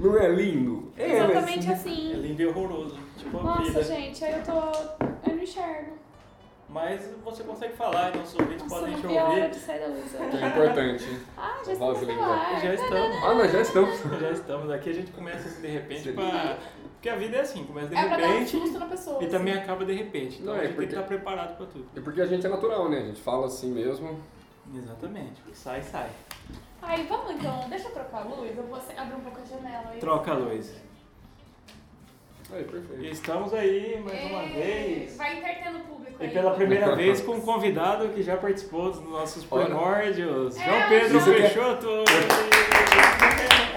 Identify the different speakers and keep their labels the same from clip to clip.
Speaker 1: Não é lindo? É,
Speaker 2: Exatamente
Speaker 1: É
Speaker 2: assim.
Speaker 1: lindo e horroroso. Tipo a vida.
Speaker 2: Nossa, gente, aí eu tô. Eu não enxergo.
Speaker 1: Mas você consegue falar, nossos ouvintes
Speaker 2: Nossa,
Speaker 1: podem te
Speaker 2: não vi a hora de
Speaker 1: ouvir.
Speaker 2: sair da luz.
Speaker 3: que é importante.
Speaker 2: Ah, já
Speaker 3: Voz
Speaker 2: estamos no
Speaker 3: linda.
Speaker 2: ar.
Speaker 1: Já estamos.
Speaker 3: Ah, nós já estamos.
Speaker 1: Já estamos aqui, a gente começa assim de repente
Speaker 3: Sim.
Speaker 1: pra... Porque a vida é assim, começa de
Speaker 2: É pra dar um
Speaker 1: repente
Speaker 2: susto na pessoa.
Speaker 1: e também
Speaker 2: assim.
Speaker 1: acaba de repente.
Speaker 3: Não,
Speaker 1: Então
Speaker 3: é
Speaker 1: a gente tem
Speaker 3: porque-
Speaker 1: que estar preparado pra tudo.
Speaker 3: E porque a gente é natural, né? A gente fala assim mesmo.
Speaker 1: Exatamente. Sai, sai.
Speaker 2: assim. Aí, vamos então, deixa eu trocar a luz. Eu vou assim, abrir um pouco a janela aí.
Speaker 1: Troca a luz.
Speaker 3: Aí, perfeito.
Speaker 1: Estamos aí mais uma
Speaker 2: Ei,
Speaker 1: vez.
Speaker 2: Vai entretendo o público
Speaker 1: E
Speaker 2: aí.
Speaker 1: pela primeira vez com um convidado que já participou dos nossos
Speaker 3: Olha.
Speaker 1: primórdios,
Speaker 2: É,
Speaker 1: João Pedro
Speaker 3: isso que é-
Speaker 1: Peixoto!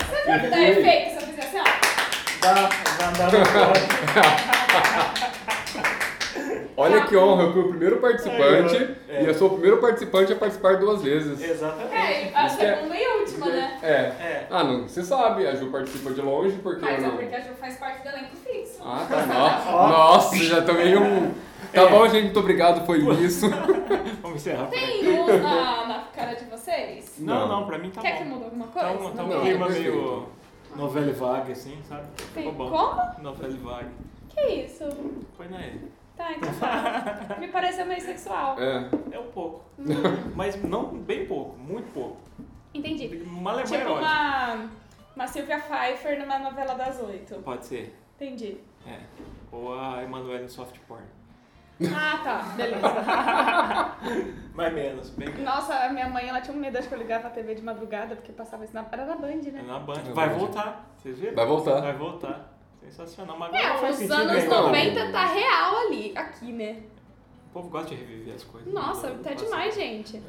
Speaker 2: Você vai dar efeito se eu fizer assim, ó?
Speaker 1: Dá, dá, um dá no corte.
Speaker 2: tá
Speaker 3: Olha que honra, eu fui o primeiro participante
Speaker 1: Aí, ó. É.
Speaker 3: e eu sou o primeiro participante a participar duas vezes.
Speaker 1: Exatamente.
Speaker 2: É, a
Speaker 3: Isso que é-
Speaker 2: segunda e última, né?
Speaker 3: É.
Speaker 1: É.
Speaker 3: Ah, não, você sabe, a Ju participa de longe porque eu
Speaker 2: Mas é
Speaker 3: não.
Speaker 2: porque a Ju faz parte do elenco fixo.
Speaker 3: Ah, tá. Nossa, nossa já tomei um. Tá
Speaker 1: É.
Speaker 3: bom, gente, muito obrigado, foi isso.
Speaker 1: Vamos encerrar por aí.
Speaker 2: Tem luz na, na cara de vocês?
Speaker 3: Não.
Speaker 1: Não, não, pra mim tá
Speaker 2: Quer que
Speaker 1: bom.
Speaker 2: mude alguma coisa?
Speaker 1: Tá um, tá um
Speaker 3: Não,
Speaker 1: clima
Speaker 3: tá perfeito.
Speaker 1: meio novela vaga, assim, sabe?
Speaker 2: Tem-
Speaker 1: Ficou bom.
Speaker 2: como?
Speaker 1: Novela vaga.
Speaker 2: Que isso?
Speaker 1: Põe na E.
Speaker 2: Tá, então tá. Me pareceu meio sexual.
Speaker 3: É.
Speaker 1: É um pouco. Mas não bem pouco, muito pouco.
Speaker 2: Entendi.
Speaker 1: Uma leva
Speaker 2: Tipo
Speaker 1: herói.
Speaker 2: uma, uma Silvia Pfeiffer numa novela das oito.
Speaker 1: Pode ser.
Speaker 2: Entendi.
Speaker 1: É. Ou a Emanuele no soft porn.
Speaker 2: Ah, tá. Beleza.
Speaker 1: Mais menos, bem
Speaker 2: Nossa, a minha mãe, ela tinha um medo acho que eu ligava a TV de madrugada, porque passava isso na... Era na Band,
Speaker 1: É
Speaker 2: né?
Speaker 1: na Band.
Speaker 3: É
Speaker 1: Vai
Speaker 3: verdade.
Speaker 1: voltar. Vocês viram?
Speaker 3: Vai voltar.
Speaker 1: Vai voltar. Sensacional. Mas agora
Speaker 2: É,
Speaker 1: não faz
Speaker 2: os
Speaker 1: sentido né?
Speaker 2: anos
Speaker 1: nenhum.
Speaker 2: 90 tá real ali, aqui, né?
Speaker 1: O povo gosta de reviver as coisas.
Speaker 2: Nossa,
Speaker 1: né?
Speaker 2: tá demais, gente.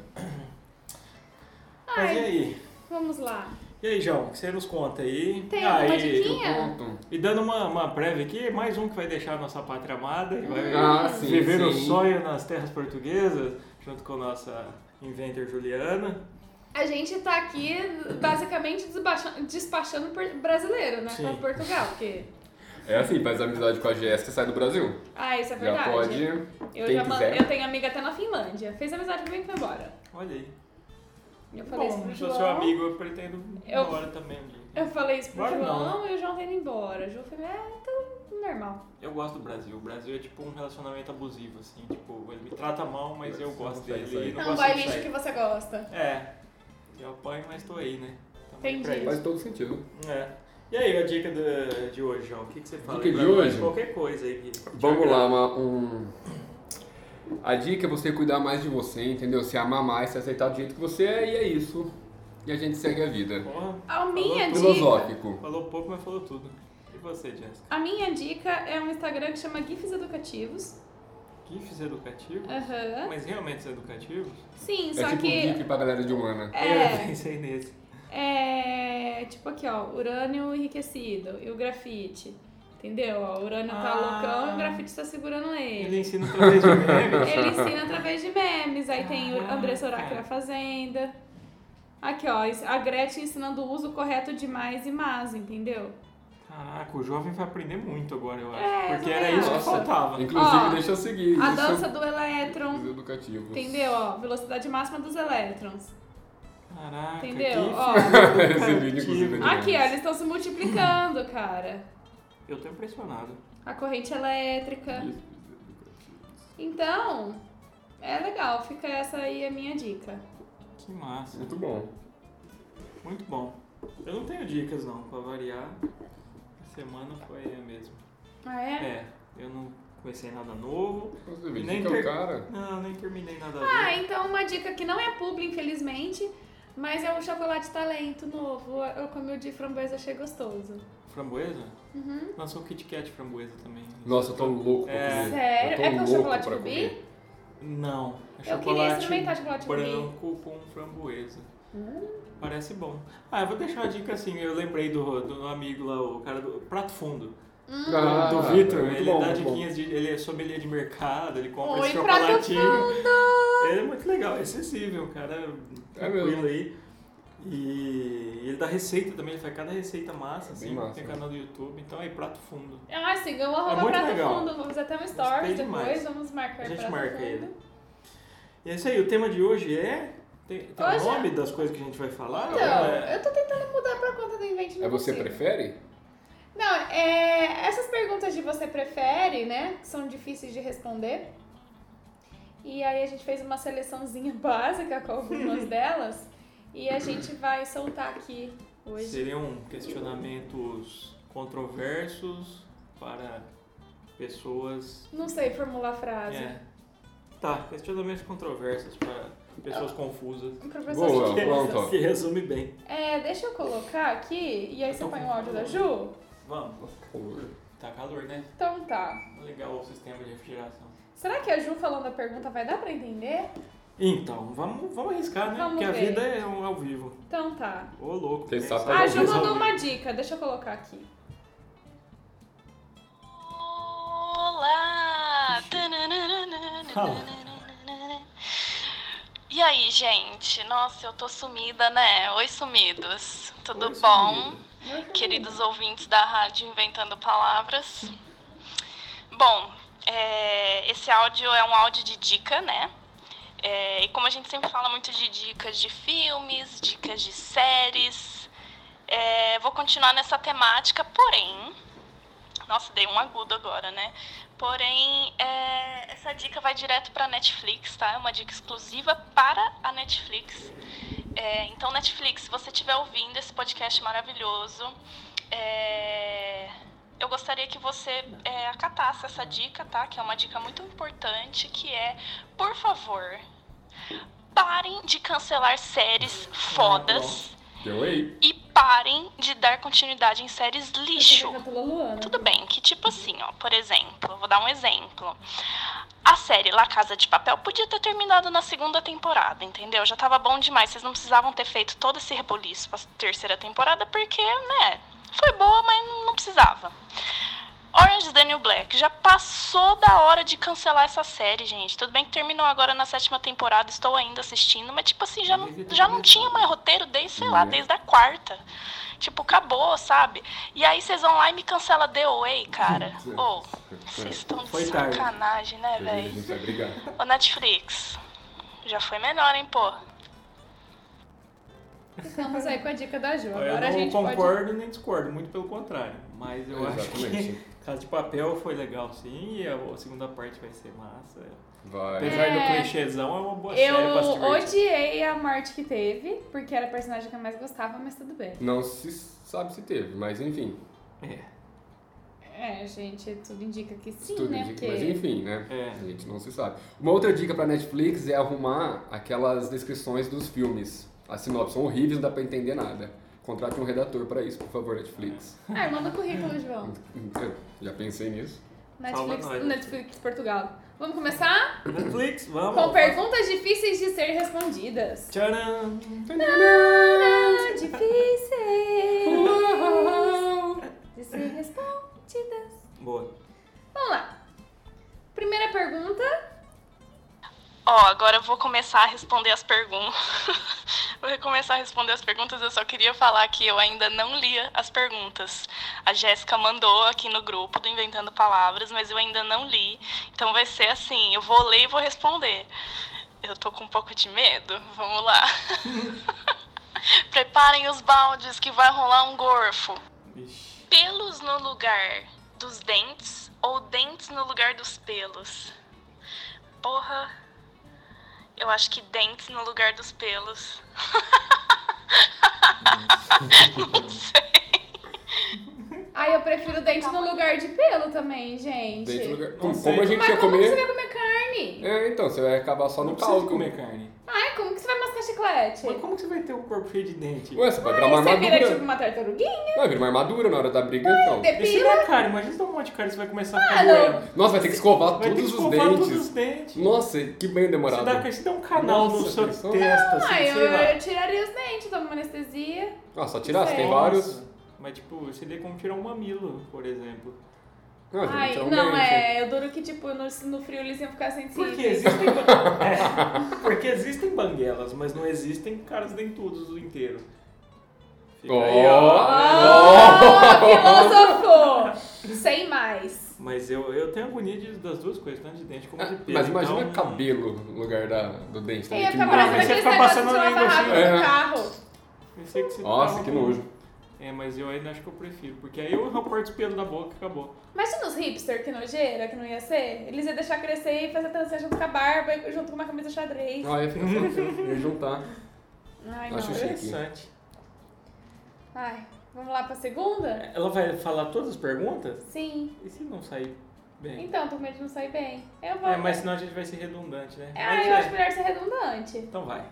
Speaker 1: Mas e
Speaker 2: Ai,
Speaker 1: aí?
Speaker 2: vamos lá.
Speaker 1: E aí, João, o que você nos conta aí?
Speaker 2: Tem
Speaker 1: aí,
Speaker 2: alguma diquinha?
Speaker 3: Ponto.
Speaker 1: E dando uma, uma prévia aqui, mais um que vai deixar a nossa pátria amada e vai
Speaker 3: Ah, sim.
Speaker 1: viver o
Speaker 3: sim.
Speaker 1: sonho nas terras portuguesas, junto com a nossa inventor Juliana.
Speaker 2: A gente tá aqui basicamente desbacha- despachando por brasileiro, né?
Speaker 1: Sim.
Speaker 2: Pra Portugal, porque.
Speaker 3: É assim, faz amizade com a Jéssica e sai do Brasil.
Speaker 2: Ah, isso é
Speaker 3: Já
Speaker 2: verdade.
Speaker 3: pode.
Speaker 2: eu
Speaker 3: quem
Speaker 2: já mando-
Speaker 3: quiser.
Speaker 2: eu tenho amiga até na Finlândia. Fez amizade comigo e foi embora.
Speaker 1: Olha aí.
Speaker 2: Eu falei isso
Speaker 1: Bom,
Speaker 2: pro
Speaker 1: sou
Speaker 2: João.
Speaker 1: seu amigo, eu pretendo ir
Speaker 2: Eu-
Speaker 1: embora também. um dia.
Speaker 2: Eu falei isso pro
Speaker 1: Bora
Speaker 2: João
Speaker 1: não,
Speaker 2: e o João tá indo embora. O João falou, é, então normal.
Speaker 1: Eu gosto do Brasil. O Brasil é tipo um relacionamento abusivo, assim. Tipo, ele me trata mal, mas eu
Speaker 3: Você
Speaker 1: gosto
Speaker 3: consegue
Speaker 1: dele.
Speaker 3: sair.
Speaker 1: e não
Speaker 2: Não
Speaker 1: gosto
Speaker 2: vai
Speaker 1: É um de
Speaker 2: lixo
Speaker 1: sair.
Speaker 2: que você gosta.
Speaker 1: É. Eu apanho, mas tô aí, né? Tamo aí
Speaker 2: Entendi.
Speaker 1: pra isso.
Speaker 3: Faz todo sentido.
Speaker 1: É. E aí, a dica do- de hoje, João? O que, que você fala?
Speaker 3: Dica
Speaker 1: aí pra
Speaker 3: de
Speaker 1: nós?
Speaker 3: hoje?
Speaker 1: Qualquer coisa aí. que-
Speaker 3: Vamos lá, uma, um. A dica é você cuidar mais de você, entendeu? Se amar mais, se aceitar do jeito que você é, e é isso. E a gente segue a
Speaker 2: É
Speaker 3: vida.
Speaker 1: Porra,
Speaker 2: A minha dica.
Speaker 3: Filosófico.
Speaker 1: falou pouco, mas falou tudo. E você, Jéssica?
Speaker 2: A minha dica é um Instagram que chama GIFs Educativos.
Speaker 1: GIFs educativos?
Speaker 2: Aham.
Speaker 1: Mas realmente são educativos?
Speaker 2: Sim,
Speaker 3: É
Speaker 2: só
Speaker 3: tipo
Speaker 2: que.
Speaker 3: um GIF pra galera de humana.
Speaker 2: É.
Speaker 1: Eu pensei nesse.
Speaker 2: É tipo aqui, ó, urânio enriquecido e o grafite. Entendeu? Ó, o urânio tá
Speaker 1: Ah.
Speaker 2: loucão e o grafite tá segurando
Speaker 1: Ele
Speaker 2: ele.
Speaker 1: ensina através de memes.
Speaker 2: Ele ensina através de memes. Aí tem o
Speaker 1: Caraca.
Speaker 2: André Soraki na Fazenda. Aqui, ó, a Gretchen ensinando o uso correto de mais e mais, entendeu?
Speaker 1: Caraca, o jovem vai aprender muito agora, eu acho.
Speaker 2: É,
Speaker 1: porque
Speaker 2: eu
Speaker 1: era
Speaker 2: também
Speaker 1: isso que
Speaker 3: acho.
Speaker 1: faltava.
Speaker 3: Inclusive,
Speaker 2: É, Ó,
Speaker 3: deixa eu seguir.
Speaker 2: A
Speaker 3: isso.
Speaker 2: dança do elétron,
Speaker 3: Os educativos.
Speaker 2: entendeu? Ó, velocidade máxima dos elétrons.
Speaker 1: Caraca,
Speaker 2: Entendeu?
Speaker 1: GIF
Speaker 2: Ó.
Speaker 3: Esse vídeo,
Speaker 1: educativo.
Speaker 3: inclusive, é
Speaker 2: Aqui, ó, eles estão se multiplicando, cara.
Speaker 1: Eu tô impressionado.
Speaker 2: A corrente elétrica. Então, é legal, fica essa aí a minha dica.
Speaker 1: Que massa.
Speaker 3: Muito bom.
Speaker 1: Muito bom. Eu não tenho dicas não, pra variar. A semana foi a mesma.
Speaker 2: Ah, é?
Speaker 1: É, eu não comecei nada novo.
Speaker 3: Você vê,
Speaker 1: Nem
Speaker 3: dica é
Speaker 1: ter-
Speaker 3: o cara.
Speaker 1: Não, nem terminei nada
Speaker 2: Ah,
Speaker 1: novo.
Speaker 2: então uma dica que não é publi, infelizmente, mas é um chocolate talento novo. Eu comi o de framboesa, achei gostoso.
Speaker 1: Framboesa?
Speaker 2: Uhum.
Speaker 1: Lançou o Kit Kat framboesa também.
Speaker 3: Nossa, eu tô louco pra
Speaker 1: É.
Speaker 3: comer.
Speaker 2: Sério?
Speaker 3: Eu tô
Speaker 2: É que é um
Speaker 3: louco
Speaker 2: chocolate
Speaker 3: pra
Speaker 2: rubi?
Speaker 3: comer.
Speaker 1: Não. É
Speaker 2: Eu queria
Speaker 1: chocolate
Speaker 2: experimentar chocolate rubi.
Speaker 1: branco com framboesa.
Speaker 2: Hum.
Speaker 1: Parece bom. Ah, eu vou deixar uma dica assim. Eu lembrei do, do amigo lá, o cara do Prato Fundo.
Speaker 2: Hum.
Speaker 3: Ah,
Speaker 1: do Vitor.
Speaker 3: muito
Speaker 1: Ele
Speaker 3: bom,
Speaker 1: dá
Speaker 3: muito bom.
Speaker 1: diquinhas de. Ele é sommelier de mercado, ele compra
Speaker 2: Oi,
Speaker 1: esse
Speaker 2: Prato
Speaker 1: chocolatinho.
Speaker 2: Fundo!
Speaker 1: Ele é muito legal, é acessível, cara.
Speaker 3: É
Speaker 1: Tranquilo
Speaker 3: mesmo.
Speaker 1: aí. E ele dá receita também, ele faz cada receita massa,
Speaker 3: É bem
Speaker 1: assim,
Speaker 3: massa,
Speaker 1: tem
Speaker 3: né?
Speaker 1: canal do YouTube, então aí prato fundo.
Speaker 2: Ah, sigam o arroba
Speaker 1: É muito
Speaker 2: Prato
Speaker 1: legal.
Speaker 2: Fundo. Vamos até um
Speaker 1: Gostei
Speaker 2: stories depois,
Speaker 1: demais.
Speaker 2: vamos marcar
Speaker 1: A gente
Speaker 2: Prato
Speaker 1: marca
Speaker 2: Fundo.
Speaker 1: ele. E é isso aí, o tema de hoje é. Tem, tem
Speaker 2: Hoje- é
Speaker 1: o nome das coisas que a gente vai falar?
Speaker 2: Então,
Speaker 1: ou é-
Speaker 2: eu tô tentando mudar pra conta do Invente
Speaker 3: É você
Speaker 2: prefere?
Speaker 3: prefere?
Speaker 2: Não, é, essas perguntas de você prefere, né? Que são difíceis de responder. E aí a gente fez uma seleçãozinha básica com algumas delas. E a gente vai soltar aqui hoje.
Speaker 1: Seriam questionamentos controversos para pessoas.
Speaker 2: Não sei formular a frase.
Speaker 1: É. Tá, questionamentos controversos para pessoas confusas.
Speaker 2: Um professor
Speaker 3: Boa,
Speaker 2: de crianças.
Speaker 3: Tá pronto.
Speaker 1: Se resume bem.
Speaker 2: É, deixa eu colocar aqui e aí você
Speaker 1: tô
Speaker 2: põe
Speaker 1: com
Speaker 2: o áudio da Ju.
Speaker 1: calor. Vamos. Tá calor, né?
Speaker 2: Então tá.
Speaker 1: Legal o sistema de refrigeração.
Speaker 2: Será que a Ju falando a pergunta vai dar pra entender?
Speaker 1: Então, vamos, vamos arriscar, né?
Speaker 2: Vamos
Speaker 1: Porque
Speaker 2: ver.
Speaker 1: a vida é um ao vivo.
Speaker 2: Então tá.
Speaker 1: Ô, louco.
Speaker 3: Vocês
Speaker 1: pensar
Speaker 3: sabem
Speaker 2: A
Speaker 3: Tá
Speaker 2: Ju
Speaker 3: bom,
Speaker 1: ao
Speaker 2: mandou
Speaker 1: vivo.
Speaker 2: uma dica, deixa eu colocar aqui.
Speaker 4: Olá!
Speaker 1: Fala.
Speaker 4: E aí, gente? Nossa, eu tô sumida, né? Oi, sumidos. Tudo
Speaker 1: Oi,
Speaker 4: bom?
Speaker 1: sumido.
Speaker 4: Queridos ouvintes da rádio Inventando Palavras. Bom, é, esse áudio é um áudio de dica, né? É, e como a gente sempre fala muito de dicas de filmes, dicas de séries, é, vou continuar nessa temática, porém. Nossa, dei um agudo agora, né? Porém, é, essa dica vai direto para Netflix, tá? É uma dica exclusiva para a Netflix. É, então, Netflix, se você estiver ouvindo esse podcast maravilhoso, é, eu gostaria que você é, acatasse essa dica, tá? Que é uma dica muito importante, que é, por favor, parem de cancelar séries fodas
Speaker 3: Deu aí.
Speaker 4: e parem de dar continuidade em séries lixo.
Speaker 2: Vou colocar tá pela Luana.
Speaker 4: Tudo bem, que tipo assim, ó, por exemplo, vou dar um exemplo. A série La Casa de Papel podia ter terminado na segunda temporada, entendeu? Já tava bom demais, vocês não precisavam ter feito todo esse reboliço pra terceira temporada, porque, né, foi boa, mas não- não precisava. Orange is the New Black já passou da hora de cancelar essa série, gente. Tudo bem que terminou agora na sétima temporada, estou ainda assistindo, mas tipo assim, já não, já não tinha mais roteiro desde, sei lá,
Speaker 1: Uhum.
Speaker 3: Yeah.
Speaker 4: desde a quarta. Tipo, acabou, sabe? E aí vocês vão lá e me cancela The Way, cara. Ô, vocês estão de
Speaker 1: Foi tarde.
Speaker 4: sacanagem,
Speaker 2: É.
Speaker 4: né,
Speaker 3: A
Speaker 4: velho?
Speaker 3: gente vai brigar.
Speaker 4: Ô, Netflix, já foi menor, hein, pô?
Speaker 2: Estamos aí com a dica da Ju.
Speaker 1: Eu
Speaker 2: Agora a
Speaker 1: não
Speaker 2: gente pode.
Speaker 1: concordo nem discordo, muito pelo contrário. Mas eu acho
Speaker 3: Exatamente.
Speaker 1: que Casa de Papel foi legal sim, e a a segunda parte vai ser massa.
Speaker 3: Vai.
Speaker 1: Apesar do
Speaker 2: É.
Speaker 1: clichêzão, é uma boa série pra se
Speaker 2: Eu
Speaker 1: divertir.
Speaker 2: odiei a morte que teve, porque era a personagem que eu mais gostava, mas tudo bem.
Speaker 3: Não se sabe se teve, mas enfim.
Speaker 1: É,
Speaker 2: É, gente, tudo indica que sim,
Speaker 3: Tudo
Speaker 2: né?
Speaker 3: indica,
Speaker 2: porque...
Speaker 3: mas enfim, né?
Speaker 1: É.
Speaker 3: A gente não se sabe. Uma outra dica pra Netflix é arrumar aquelas descrições dos filmes. As sinopses são horríveis, não dá pra entender nada. Contrate um redator pra isso, por favor, Netflix.
Speaker 2: Ah, manda o currículo,
Speaker 1: É.
Speaker 2: João.
Speaker 3: Já pensei nisso.
Speaker 2: Netflix,
Speaker 1: nós.
Speaker 2: Netflix Portugal. Vamos começar?
Speaker 1: Netflix, vamos.
Speaker 2: Com perguntas difíceis de ser respondidas.
Speaker 1: Tcharam!
Speaker 2: Nada difíceis de ser respondidas.
Speaker 1: Boa.
Speaker 2: Vamos lá. Primeira pergunta.
Speaker 4: Ó, agora eu vou começar a responder as perguntas. vou começar a responder as perguntas. Eu só queria falar que eu ainda não li as perguntas. A Jéssica mandou aqui no grupo do Inventando Palavras, mas eu ainda não li. Então vai ser assim, eu vou ler e vou responder. Eu tô com um pouco de medo. Vamos lá. Preparem os baldes que vai rolar um gorfo.
Speaker 1: Ixi.
Speaker 4: Pelos no lugar dos dentes ou dentes no lugar dos pelos? Porra, eu acho que dentes no lugar dos pelos. Não sei.
Speaker 2: Ai, eu prefiro dente no lugar de pelo também, gente.
Speaker 3: Dentro do lugar.
Speaker 1: Não
Speaker 3: Como,
Speaker 1: sei.
Speaker 3: como a gente
Speaker 2: Mas
Speaker 3: ia
Speaker 2: como que você
Speaker 3: comer.
Speaker 2: vai comer carne?
Speaker 3: É, então, você vai acabar só
Speaker 1: Não
Speaker 3: no
Speaker 1: precisa
Speaker 3: caldo.
Speaker 1: de comer carne.
Speaker 2: Ai, como que você vai mascar chiclete.
Speaker 1: Mas como que você vai ter o corpo cheio de dente?
Speaker 3: Ué, você vai virar uma
Speaker 2: Aí você
Speaker 3: armadura.
Speaker 2: vira tipo uma tartaruguinha,
Speaker 3: Vai virar uma armadura na hora da briga, então.
Speaker 1: Isso não
Speaker 2: depila.
Speaker 1: é cara, imagina se dá um monte de cara, você vai começar a
Speaker 2: Ah,
Speaker 1: ficar
Speaker 2: não.
Speaker 1: doendo.
Speaker 3: Nossa, vai ter que escovar
Speaker 1: Vai ter que
Speaker 3: todos os
Speaker 1: escovar todos
Speaker 3: dentes.
Speaker 1: os dentes.
Speaker 3: Nossa, que bem
Speaker 1: Se
Speaker 3: demorado.
Speaker 1: dá, se dá um canal no
Speaker 3: Nossa,
Speaker 1: seu
Speaker 3: pessoal.
Speaker 1: testa, assim,
Speaker 2: Ai, eu,
Speaker 1: sei lá.
Speaker 2: eu tiraria os dentes, tomo uma anestesia.
Speaker 3: Ah, só tirar, você
Speaker 2: Sei.
Speaker 3: tem
Speaker 1: Nossa,
Speaker 3: vários.
Speaker 1: Mas tipo, seria como tirar um mamilo, por exemplo.
Speaker 3: Ah, tem que
Speaker 2: Ai,
Speaker 3: tirar um
Speaker 2: não,
Speaker 3: dente.
Speaker 2: é. Eu duro que, tipo, no, no frio eles iam ficar sensíveis.
Speaker 1: Porque existem, é, porque existem banguelas, mas não existem caras dentudos o inteiro. Fica aí, ó.
Speaker 2: Oh, filósofo! Sem mais.
Speaker 1: Mas eu, eu tenho agonia de- das duas coisas, tanto de dente como
Speaker 3: Ah,
Speaker 1: de pelo.
Speaker 3: Mas imagina
Speaker 1: então,
Speaker 3: cabelo no lugar da, do dente.
Speaker 2: Eu
Speaker 3: também,
Speaker 2: ia
Speaker 3: que
Speaker 2: ficar
Speaker 3: nojo.
Speaker 2: parecendo
Speaker 1: mas você
Speaker 2: aqueles
Speaker 1: fica
Speaker 2: negócios de
Speaker 1: passando
Speaker 2: lavar
Speaker 1: negocinho.
Speaker 2: rápido no
Speaker 3: É.
Speaker 2: carro.
Speaker 1: eu sei que você
Speaker 3: Nossa,
Speaker 1: tava
Speaker 3: que
Speaker 1: com-
Speaker 3: nojo.
Speaker 1: É, mas eu ainda acho que eu prefiro, porque aí eu reporto os pelos da boca e acabou.
Speaker 2: Imagina os hipster que nojeira, que não ia ser. Eles iam deixar crescer e fazer trança junto com a barba, e junto com uma camisa xadrez.
Speaker 3: Ah, ia ficar só- ia juntar.
Speaker 2: Ai,
Speaker 3: Acho
Speaker 2: não.
Speaker 3: chique.
Speaker 1: Interessante.
Speaker 2: Ai, vamos lá pra segunda?
Speaker 1: Ela vai falar todas as perguntas?
Speaker 2: Sim.
Speaker 1: E se não sair bem?
Speaker 2: Então, tô com medo de não sair bem. Eu vou.
Speaker 1: É, mas senão a gente vai ser redundante, né?
Speaker 2: Ah,
Speaker 1: Mas
Speaker 2: eu
Speaker 1: é.
Speaker 2: acho melhor ser redundante.
Speaker 1: Então vai.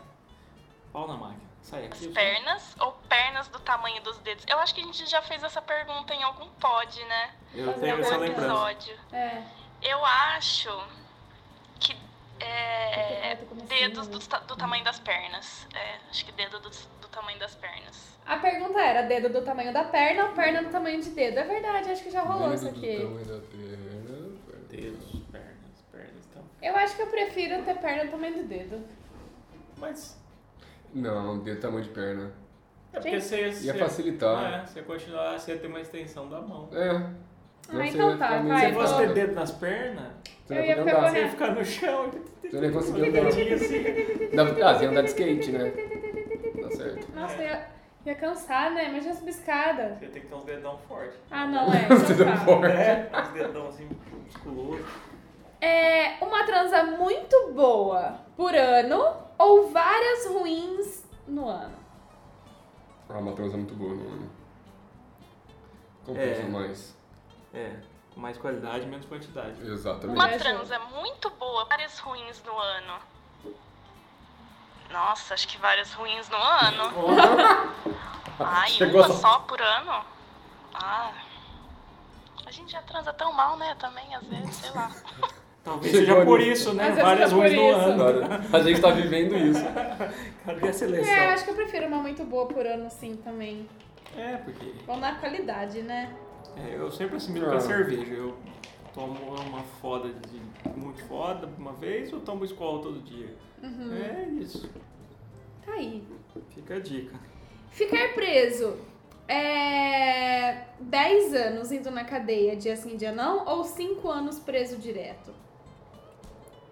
Speaker 1: Pau na máquina. Sai aqui.
Speaker 4: Pernas ou pernas do tamanho dos dedos? Eu acho que a gente já fez essa pergunta em algum pod, né?
Speaker 1: Eu
Speaker 2: Tem
Speaker 4: Em
Speaker 1: tenho
Speaker 4: algum
Speaker 1: essa
Speaker 2: Fazer
Speaker 1: lembrança.
Speaker 4: episódio.
Speaker 2: É.
Speaker 4: Eu acho que é,
Speaker 2: Eu tô começando,
Speaker 4: dedos
Speaker 2: né?
Speaker 4: do, ta- do tamanho das pernas. É, acho que dedo do, do tamanho das pernas.
Speaker 2: A pergunta era dedo do tamanho da perna ou perna do tamanho de dedo? É verdade, acho que já rolou isso
Speaker 3: Dedo do
Speaker 2: aqui.
Speaker 3: tamanho da perna, perna.
Speaker 1: Dedos, pernas, pernas, então.
Speaker 2: Eu acho que eu prefiro ter perna do tamanho do dedo.
Speaker 1: Mas.
Speaker 3: Não, dedo do tamanho de perna.
Speaker 1: É porque
Speaker 2: Sim.
Speaker 1: você ia.
Speaker 3: Ia
Speaker 1: você-
Speaker 3: facilitar.
Speaker 1: É, se você continuar, você ia ter mais tensão da mão.
Speaker 3: É.
Speaker 2: Ah,
Speaker 3: Não, você
Speaker 2: então
Speaker 3: ia
Speaker 2: tá,
Speaker 3: ficar meio
Speaker 2: vai,
Speaker 1: Se fosse ter
Speaker 3: sentado.
Speaker 1: dedo nas pernas,
Speaker 3: Você
Speaker 2: Eu
Speaker 3: não
Speaker 2: ia
Speaker 3: ia poder
Speaker 2: ficar
Speaker 3: andar.
Speaker 1: você ia
Speaker 2: É.
Speaker 1: ficar no chão.
Speaker 3: Você não ia conseguir
Speaker 1: Uma
Speaker 3: andar.
Speaker 1: dedinha assim.
Speaker 3: Dá- Ah, você ia andar de skate, né? Tá certo.
Speaker 2: Nossa, ia, ia cansar, né? Imagina essa biscada.
Speaker 1: Você tem que ter uns dedão forte.
Speaker 2: Ah, não, é. Então
Speaker 3: Você não
Speaker 2: tá.
Speaker 3: pode.
Speaker 1: É, uns dedão assim, musculoso.
Speaker 2: É uma transa muito boa por ano ou várias ruins no ano?
Speaker 3: Ah, uma transa muito boa, não é? Compensa
Speaker 1: É.
Speaker 3: mais.
Speaker 1: É, com mais qualidade, menos quantidade.
Speaker 3: Exatamente.
Speaker 4: Uma
Speaker 2: Mas-
Speaker 4: transa muito boa, várias ruins no ano. Nossa, acho que várias ruins no ano. Ai,
Speaker 3: Chegou
Speaker 4: uma
Speaker 3: essa-
Speaker 4: só por ano? Ah. A gente já transa tão mal, né? Também, às vezes, sei lá.
Speaker 1: Talvez
Speaker 3: Chegou
Speaker 1: seja por
Speaker 3: nisso.
Speaker 1: isso, né?
Speaker 2: Às vezes
Speaker 1: Várias
Speaker 2: é por
Speaker 1: ruins no
Speaker 2: isso.
Speaker 1: ano.
Speaker 3: Agora, A gente tá vivendo isso.
Speaker 1: Cadê a seleção?
Speaker 2: É, acho que eu prefiro uma muito boa por ano, sim, também.
Speaker 1: É, porque
Speaker 2: Bom na qualidade, né?
Speaker 1: é, eu sempre assimilo com a
Speaker 3: Ah.
Speaker 1: cerveja. Eu tomo uma foda de muito foda uma vez ou tomo escola todo dia.
Speaker 2: Uhum.
Speaker 1: É isso.
Speaker 2: Tá aí.
Speaker 1: Fica a dica.
Speaker 2: Ficar preso é 10 anos indo na cadeia, dia sim, dia não, ou 5 anos preso direto?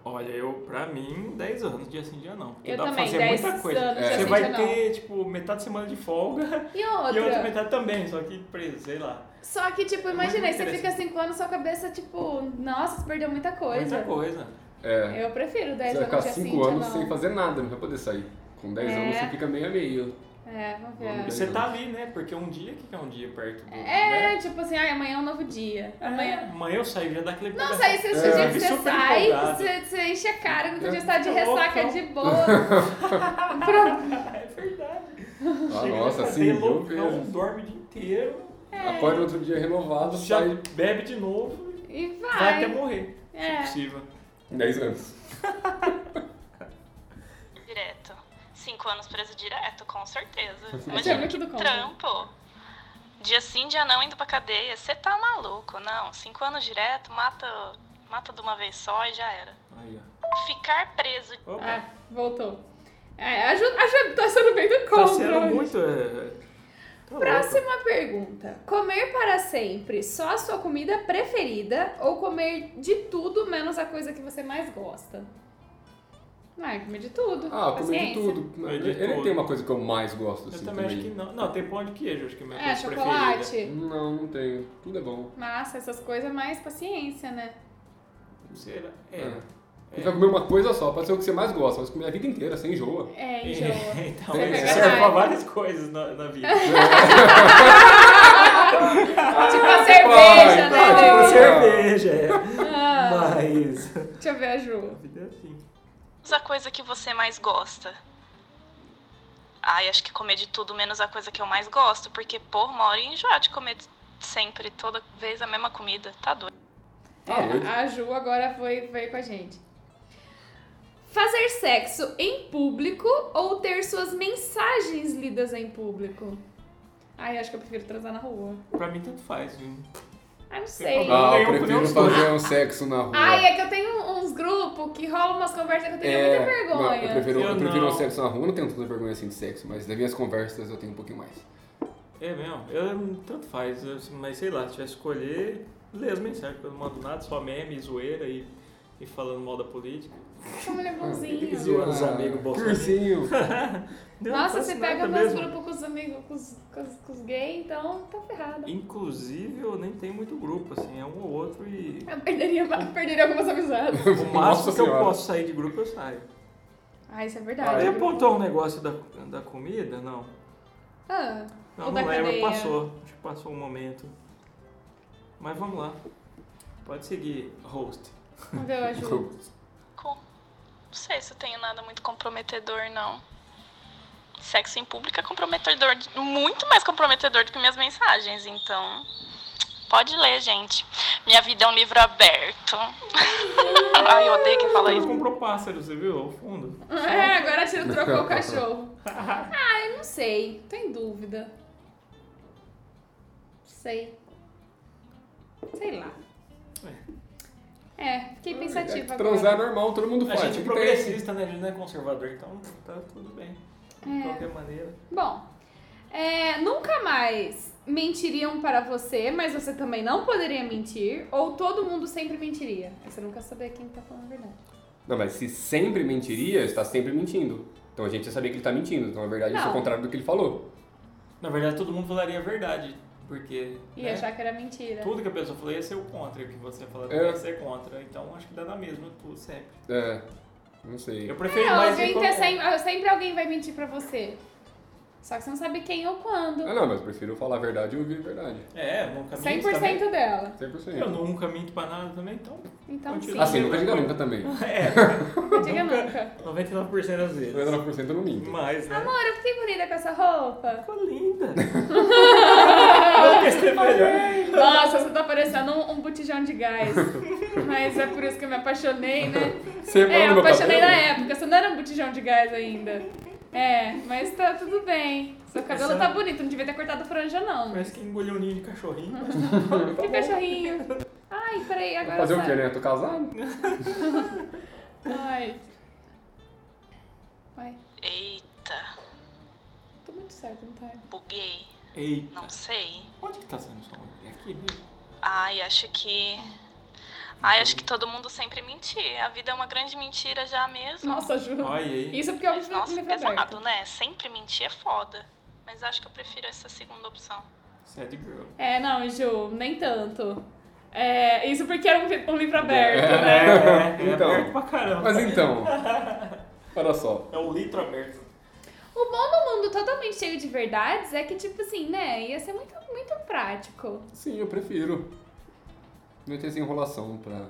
Speaker 1: Olha, eu, pra mim, 10 anos, dia sim, dia não. Porque
Speaker 2: Eu
Speaker 1: dá
Speaker 2: também,
Speaker 1: pra fazer
Speaker 2: 10
Speaker 1: muita coisa.
Speaker 2: anos,
Speaker 3: dia
Speaker 1: Você
Speaker 3: sim,
Speaker 1: vai
Speaker 2: dia não.
Speaker 1: ter, tipo, metade de semana de folga
Speaker 2: E outra?
Speaker 1: e outra metade também, só que preso, sei lá.
Speaker 2: Só que, tipo,
Speaker 1: É muito
Speaker 2: imagina aí, você fica
Speaker 1: interessante.
Speaker 2: 5 anos, sua cabeça, tipo, nossa, você perdeu muita coisa.
Speaker 1: Muita coisa.
Speaker 3: É.
Speaker 2: Eu prefiro
Speaker 3: Você
Speaker 2: 10
Speaker 3: vai
Speaker 2: anos,
Speaker 3: ficar
Speaker 2: dia sim,
Speaker 3: 5
Speaker 2: dia
Speaker 3: anos
Speaker 2: não.
Speaker 3: sem fazer nada, não vai poder sair. Com 10
Speaker 2: É.
Speaker 3: anos você fica meio a meio.
Speaker 2: É, vamos
Speaker 3: Vamos
Speaker 1: E
Speaker 2: ver.
Speaker 3: ver.
Speaker 1: você tá ali, né? Porque um dia, o que que é um dia perto do... né?
Speaker 2: É, tipo assim, ai, amanhã é um novo dia.
Speaker 1: Amanhã.
Speaker 2: Amanhã.
Speaker 1: Amanhã eu saio, já dá aquele
Speaker 2: Nossa, aí você, dia
Speaker 1: É.
Speaker 2: que
Speaker 1: Vive
Speaker 2: você
Speaker 1: super
Speaker 2: sai,
Speaker 1: empolgado.
Speaker 2: você, você enche a cara, no outro
Speaker 3: É.
Speaker 2: dia você tá de
Speaker 1: Tô
Speaker 2: ressaca
Speaker 1: loucão.
Speaker 2: de boa. Pro-
Speaker 1: É verdade.
Speaker 3: Ah,
Speaker 1: Chega
Speaker 3: nossa,
Speaker 1: na
Speaker 3: assim,
Speaker 1: cadeia,
Speaker 3: mil
Speaker 1: loucão,
Speaker 3: vezes.
Speaker 1: dorme o dia inteiro,
Speaker 2: É,
Speaker 3: Acorda no outro dia renovado,
Speaker 1: já
Speaker 3: sai
Speaker 1: bebe de novo e
Speaker 2: E vai.
Speaker 1: vai até morrer. Tipo
Speaker 2: É.
Speaker 1: Se possível.
Speaker 3: em 10 anos.
Speaker 4: Direto. Cinco anos preso direto, com certeza.
Speaker 2: é
Speaker 4: Imagina
Speaker 2: muito
Speaker 4: que
Speaker 2: do contra.
Speaker 4: trampo. Dia sim, dia não, indo pra cadeia. Você tá maluco, não. Cinco anos direto, mata, mata de uma vez só e já era.
Speaker 1: Aí, ó.
Speaker 4: Ficar preso
Speaker 1: Opa,
Speaker 2: Ah, voltou. É, ajuda, ajuda, tá sendo bem do contra.
Speaker 1: tá sendo
Speaker 2: hoje.
Speaker 1: muito... é, tá louco.
Speaker 2: Próxima pergunta. Comer para sempre só a sua comida preferida ou comer de tudo menos a coisa que você mais gosta? Ah, comer de tudo.
Speaker 3: Ah, comer de
Speaker 2: Paciência.
Speaker 3: tudo.
Speaker 1: Comer de
Speaker 3: Ele ele
Speaker 1: tudo.
Speaker 3: tem uma coisa que eu mais gosto,
Speaker 1: Eu
Speaker 3: assim,
Speaker 1: também acho que não. Não, tem pão de queijo, acho que é a minha
Speaker 2: É,
Speaker 1: coisa preferida.
Speaker 2: chocolate,
Speaker 3: Não, não tenho. Tudo é bom.
Speaker 2: massa, essas coisas, mais paciência, né?
Speaker 1: Será? É.
Speaker 3: É. Você
Speaker 1: É.
Speaker 3: vai comer uma coisa só, pode ser o que você mais gosta, mas comer a vida inteira, sem enjoa.
Speaker 2: É, enjoa.
Speaker 1: então,
Speaker 3: Você
Speaker 1: isso
Speaker 3: pega
Speaker 1: serve pra
Speaker 2: raiva.
Speaker 1: várias coisas na, na vida.
Speaker 2: tipo a
Speaker 3: vai,
Speaker 2: cerveja, né?
Speaker 3: vai,
Speaker 1: Tipo
Speaker 2: Leo?
Speaker 3: você-
Speaker 1: cerveja, é.
Speaker 2: Ah,
Speaker 1: Mas...
Speaker 2: deixa eu ver a Ju.
Speaker 1: A vida é assim.
Speaker 4: menos a coisa que você mais gosta. Ai, acho que comer de tudo menos a coisa que eu mais gosto, porque, pô, uma hora ia enjoar de comer sempre, toda vez a mesma comida. Tá doido.
Speaker 1: Ah,
Speaker 3: Tá doido.
Speaker 2: É, a Ju agora foi, foi com a gente. Fazer sexo em público ou ter suas mensagens lidas em público? Ai, acho que eu prefiro transar na rua.
Speaker 1: Pra mim, tanto faz, viu?
Speaker 2: Ai, não sei.
Speaker 1: problema.
Speaker 3: Não, Ah, eu
Speaker 1: Eu
Speaker 3: prefiro
Speaker 1: não gosto.
Speaker 3: fazer um sexo na rua.
Speaker 2: Ai, é que eu tenho uns grupos que rolam umas conversas que eu
Speaker 1: É,
Speaker 2: tenho muita
Speaker 3: não,
Speaker 2: vergonha.
Speaker 3: É, eu prefiro, eu
Speaker 1: Eu
Speaker 3: prefiro um
Speaker 1: não.
Speaker 3: sexo na rua, não tenho tanta vergonha assim de sexo, mas das minhas conversas eu tenho um pouquinho mais.
Speaker 1: É mesmo? Eu, tanto faz, eu- mas sei lá, se tivesse que escolher, lê as mensagens, porque eu não mando nada, só meme, zoeira e, e falando mal da política.
Speaker 2: Essa mulher bonzinha.
Speaker 1: Zoando os amigos Bolsonaro.
Speaker 3: Ah, Cursinho.
Speaker 1: Não,
Speaker 2: Nossa,
Speaker 1: faço
Speaker 2: você
Speaker 1: nada
Speaker 2: pega meus
Speaker 1: mesmo.
Speaker 2: grupos com os amigos, com os, com os, com os gays, então tá ferrada.
Speaker 1: Inclusive, eu nem tenho muito grupo, assim, é um ou outro e.
Speaker 2: Eu perderia, eu perderia algumas amizades.
Speaker 1: O máximo
Speaker 3: Nossa
Speaker 1: que
Speaker 3: Senhora.
Speaker 1: eu posso sair de grupo, eu saio.
Speaker 2: Ah, isso é
Speaker 1: Aí
Speaker 2: verdade.
Speaker 1: apontou um negócio da, da comida? Não.
Speaker 2: Ah,
Speaker 1: Não,
Speaker 2: Ou
Speaker 1: não
Speaker 2: da
Speaker 1: lembro,
Speaker 2: cadeia.
Speaker 1: passou. Acho que passou um momento. Mas vamos lá. Pode seguir, host.
Speaker 2: vamos ver, eu ajudo.
Speaker 4: Com- Não sei se eu tenho nada muito comprometedor, não. Sexo em público é comprometedor, de- muito mais comprometedor do que minhas mensagens, então. Pode ler, gente. Minha vida é um livro aberto. Ai, eu odeio quem fala
Speaker 1: Ela
Speaker 4: isso.
Speaker 1: comprou pássaro, você viu? Ao fundo.
Speaker 2: É, agora a Tira trocou o cachorro. Ah, eu não sei. Tô em dúvida. Sei. Sei lá. É, fiquei pensativa
Speaker 3: Transar é
Speaker 2: agora.
Speaker 3: normal, todo mundo
Speaker 1: A
Speaker 3: faz.
Speaker 1: gente
Speaker 3: tem
Speaker 1: é
Speaker 3: que ter esse-
Speaker 1: progressista, né? A gente não é conservador, então tá tudo bem. De
Speaker 2: É.
Speaker 1: qualquer maneira.
Speaker 2: Bom, é, nunca mais mentiriam para você, mas você também não poderia mentir. Ou todo mundo sempre mentiria. Aí Você nunca saber quem tá falando a verdade.
Speaker 3: Não, mas se sempre mentiria, está sempre mentindo. Então a gente já sabia que ele tá mentindo. Então, na verdade, isso é
Speaker 2: Não.
Speaker 3: o contrário do que ele falou.
Speaker 1: Na verdade, todo mundo falaria a verdade. Porque
Speaker 2: E
Speaker 1: né,
Speaker 2: achar que é. era mentira.
Speaker 1: tudo que a pessoa falou ia ser o contra. O que você falar
Speaker 3: É.
Speaker 1: ia ser contra. Então acho que dá na mesma, tudo sempre.
Speaker 3: É. Não sei.
Speaker 1: Eu prefiro
Speaker 2: Não,
Speaker 1: mais.
Speaker 2: alguém
Speaker 1: ir com-
Speaker 2: tá sempre, sempre alguém vai mentir pra você. Só que você não sabe quem ou quando.
Speaker 3: Ah, não, mas eu prefiro falar a verdade e ouvir a verdade.
Speaker 1: É, eu nunca minto.
Speaker 2: 100%
Speaker 1: também.
Speaker 2: dela.
Speaker 3: 100%.
Speaker 1: Eu nunca minto pra nada também, então.
Speaker 2: Então sim,
Speaker 1: Continua.
Speaker 3: Assim, nunca diga nunca também.
Speaker 1: É,
Speaker 2: não diga nunca.
Speaker 1: 99% das vezes.
Speaker 3: 99% eu não minto.
Speaker 1: Mas, né?
Speaker 2: Amor, eu fiquei bonita com essa roupa.
Speaker 1: Ficou linda. Não quer ser melhor.
Speaker 2: Nossa, você tá parecendo um, um botijão de gás. Mas é por isso que eu me apaixonei, né?
Speaker 3: Você
Speaker 2: É, eu
Speaker 3: manda
Speaker 2: me
Speaker 3: meu
Speaker 2: apaixonei
Speaker 3: cabelo?
Speaker 2: na época, você não era um botijão de gás ainda. É, mas tá tudo bem. Seu cabelo
Speaker 1: Essa-
Speaker 2: tá bonito, não devia ter cortado franja, não.
Speaker 1: Parece que engoliu um ninho de cachorrinho. mas tá-
Speaker 2: Que cachorrinho. Ai, peraí, agora
Speaker 3: Fazer o
Speaker 2: sabe.
Speaker 3: quê, né? Eu tô casado?
Speaker 2: Ai. Ai,
Speaker 4: Eita,
Speaker 2: tô muito certo, não tá?
Speaker 4: buguei.
Speaker 1: Eita.
Speaker 4: Não sei.
Speaker 1: Onde que tá saindo o som? É aqui mesmo?
Speaker 4: Ai, acho que. Ai, acho que todo mundo sempre mentir. A vida é uma grande mentira já mesmo.
Speaker 2: Nossa, juro.
Speaker 1: Olha aí.
Speaker 2: Isso porque é eu me
Speaker 4: Mas, nossa,
Speaker 2: fui aberto.
Speaker 4: pesado, né? Sempre mentir é foda. Mas acho que eu prefiro essa segunda opção.
Speaker 1: Sad girl.
Speaker 2: É, não, Ju, nem tanto. É, isso porque era um, vi- um livro aberto,
Speaker 1: É,
Speaker 2: né?
Speaker 1: é, é
Speaker 3: Então.
Speaker 1: aberto pra caramba.
Speaker 3: Mas então, olha só.
Speaker 1: É um litro aberto.
Speaker 2: O bom do mundo totalmente cheio de verdades é que, tipo assim, né? Ia ser muito, muito prático.
Speaker 3: Sim, eu prefiro. Não ia ter essa enrolação pra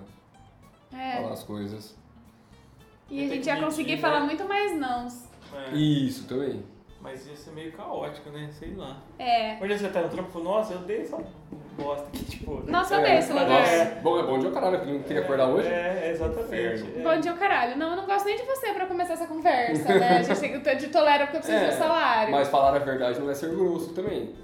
Speaker 3: falar
Speaker 2: É.
Speaker 3: as coisas.
Speaker 2: E a
Speaker 1: Tem
Speaker 2: gente
Speaker 1: que
Speaker 2: ia
Speaker 1: mentir,
Speaker 2: conseguir
Speaker 1: né?
Speaker 2: falar muito mais não.
Speaker 1: É.
Speaker 3: Isso também.
Speaker 1: Mas ia ser meio caótico, né? Sei lá.
Speaker 2: É.
Speaker 1: Hoje você tá no trampo e falou, nossa, eu dei essa bosta aqui, tipo. né?
Speaker 2: Nossa, eu odeio esse lugar.
Speaker 1: É.
Speaker 3: Bom, é bom dia o caralho, porque não queria acordar hoje.
Speaker 1: É, exatamente.
Speaker 3: Inferno.
Speaker 1: É.
Speaker 2: Bom dia, o caralho. Não, eu não gosto nem de você pra começar essa conversa, né? A gente tem que eu te tolero porque eu preciso
Speaker 3: É,
Speaker 2: do salário.
Speaker 3: Mas falar a verdade não é ser grosso também.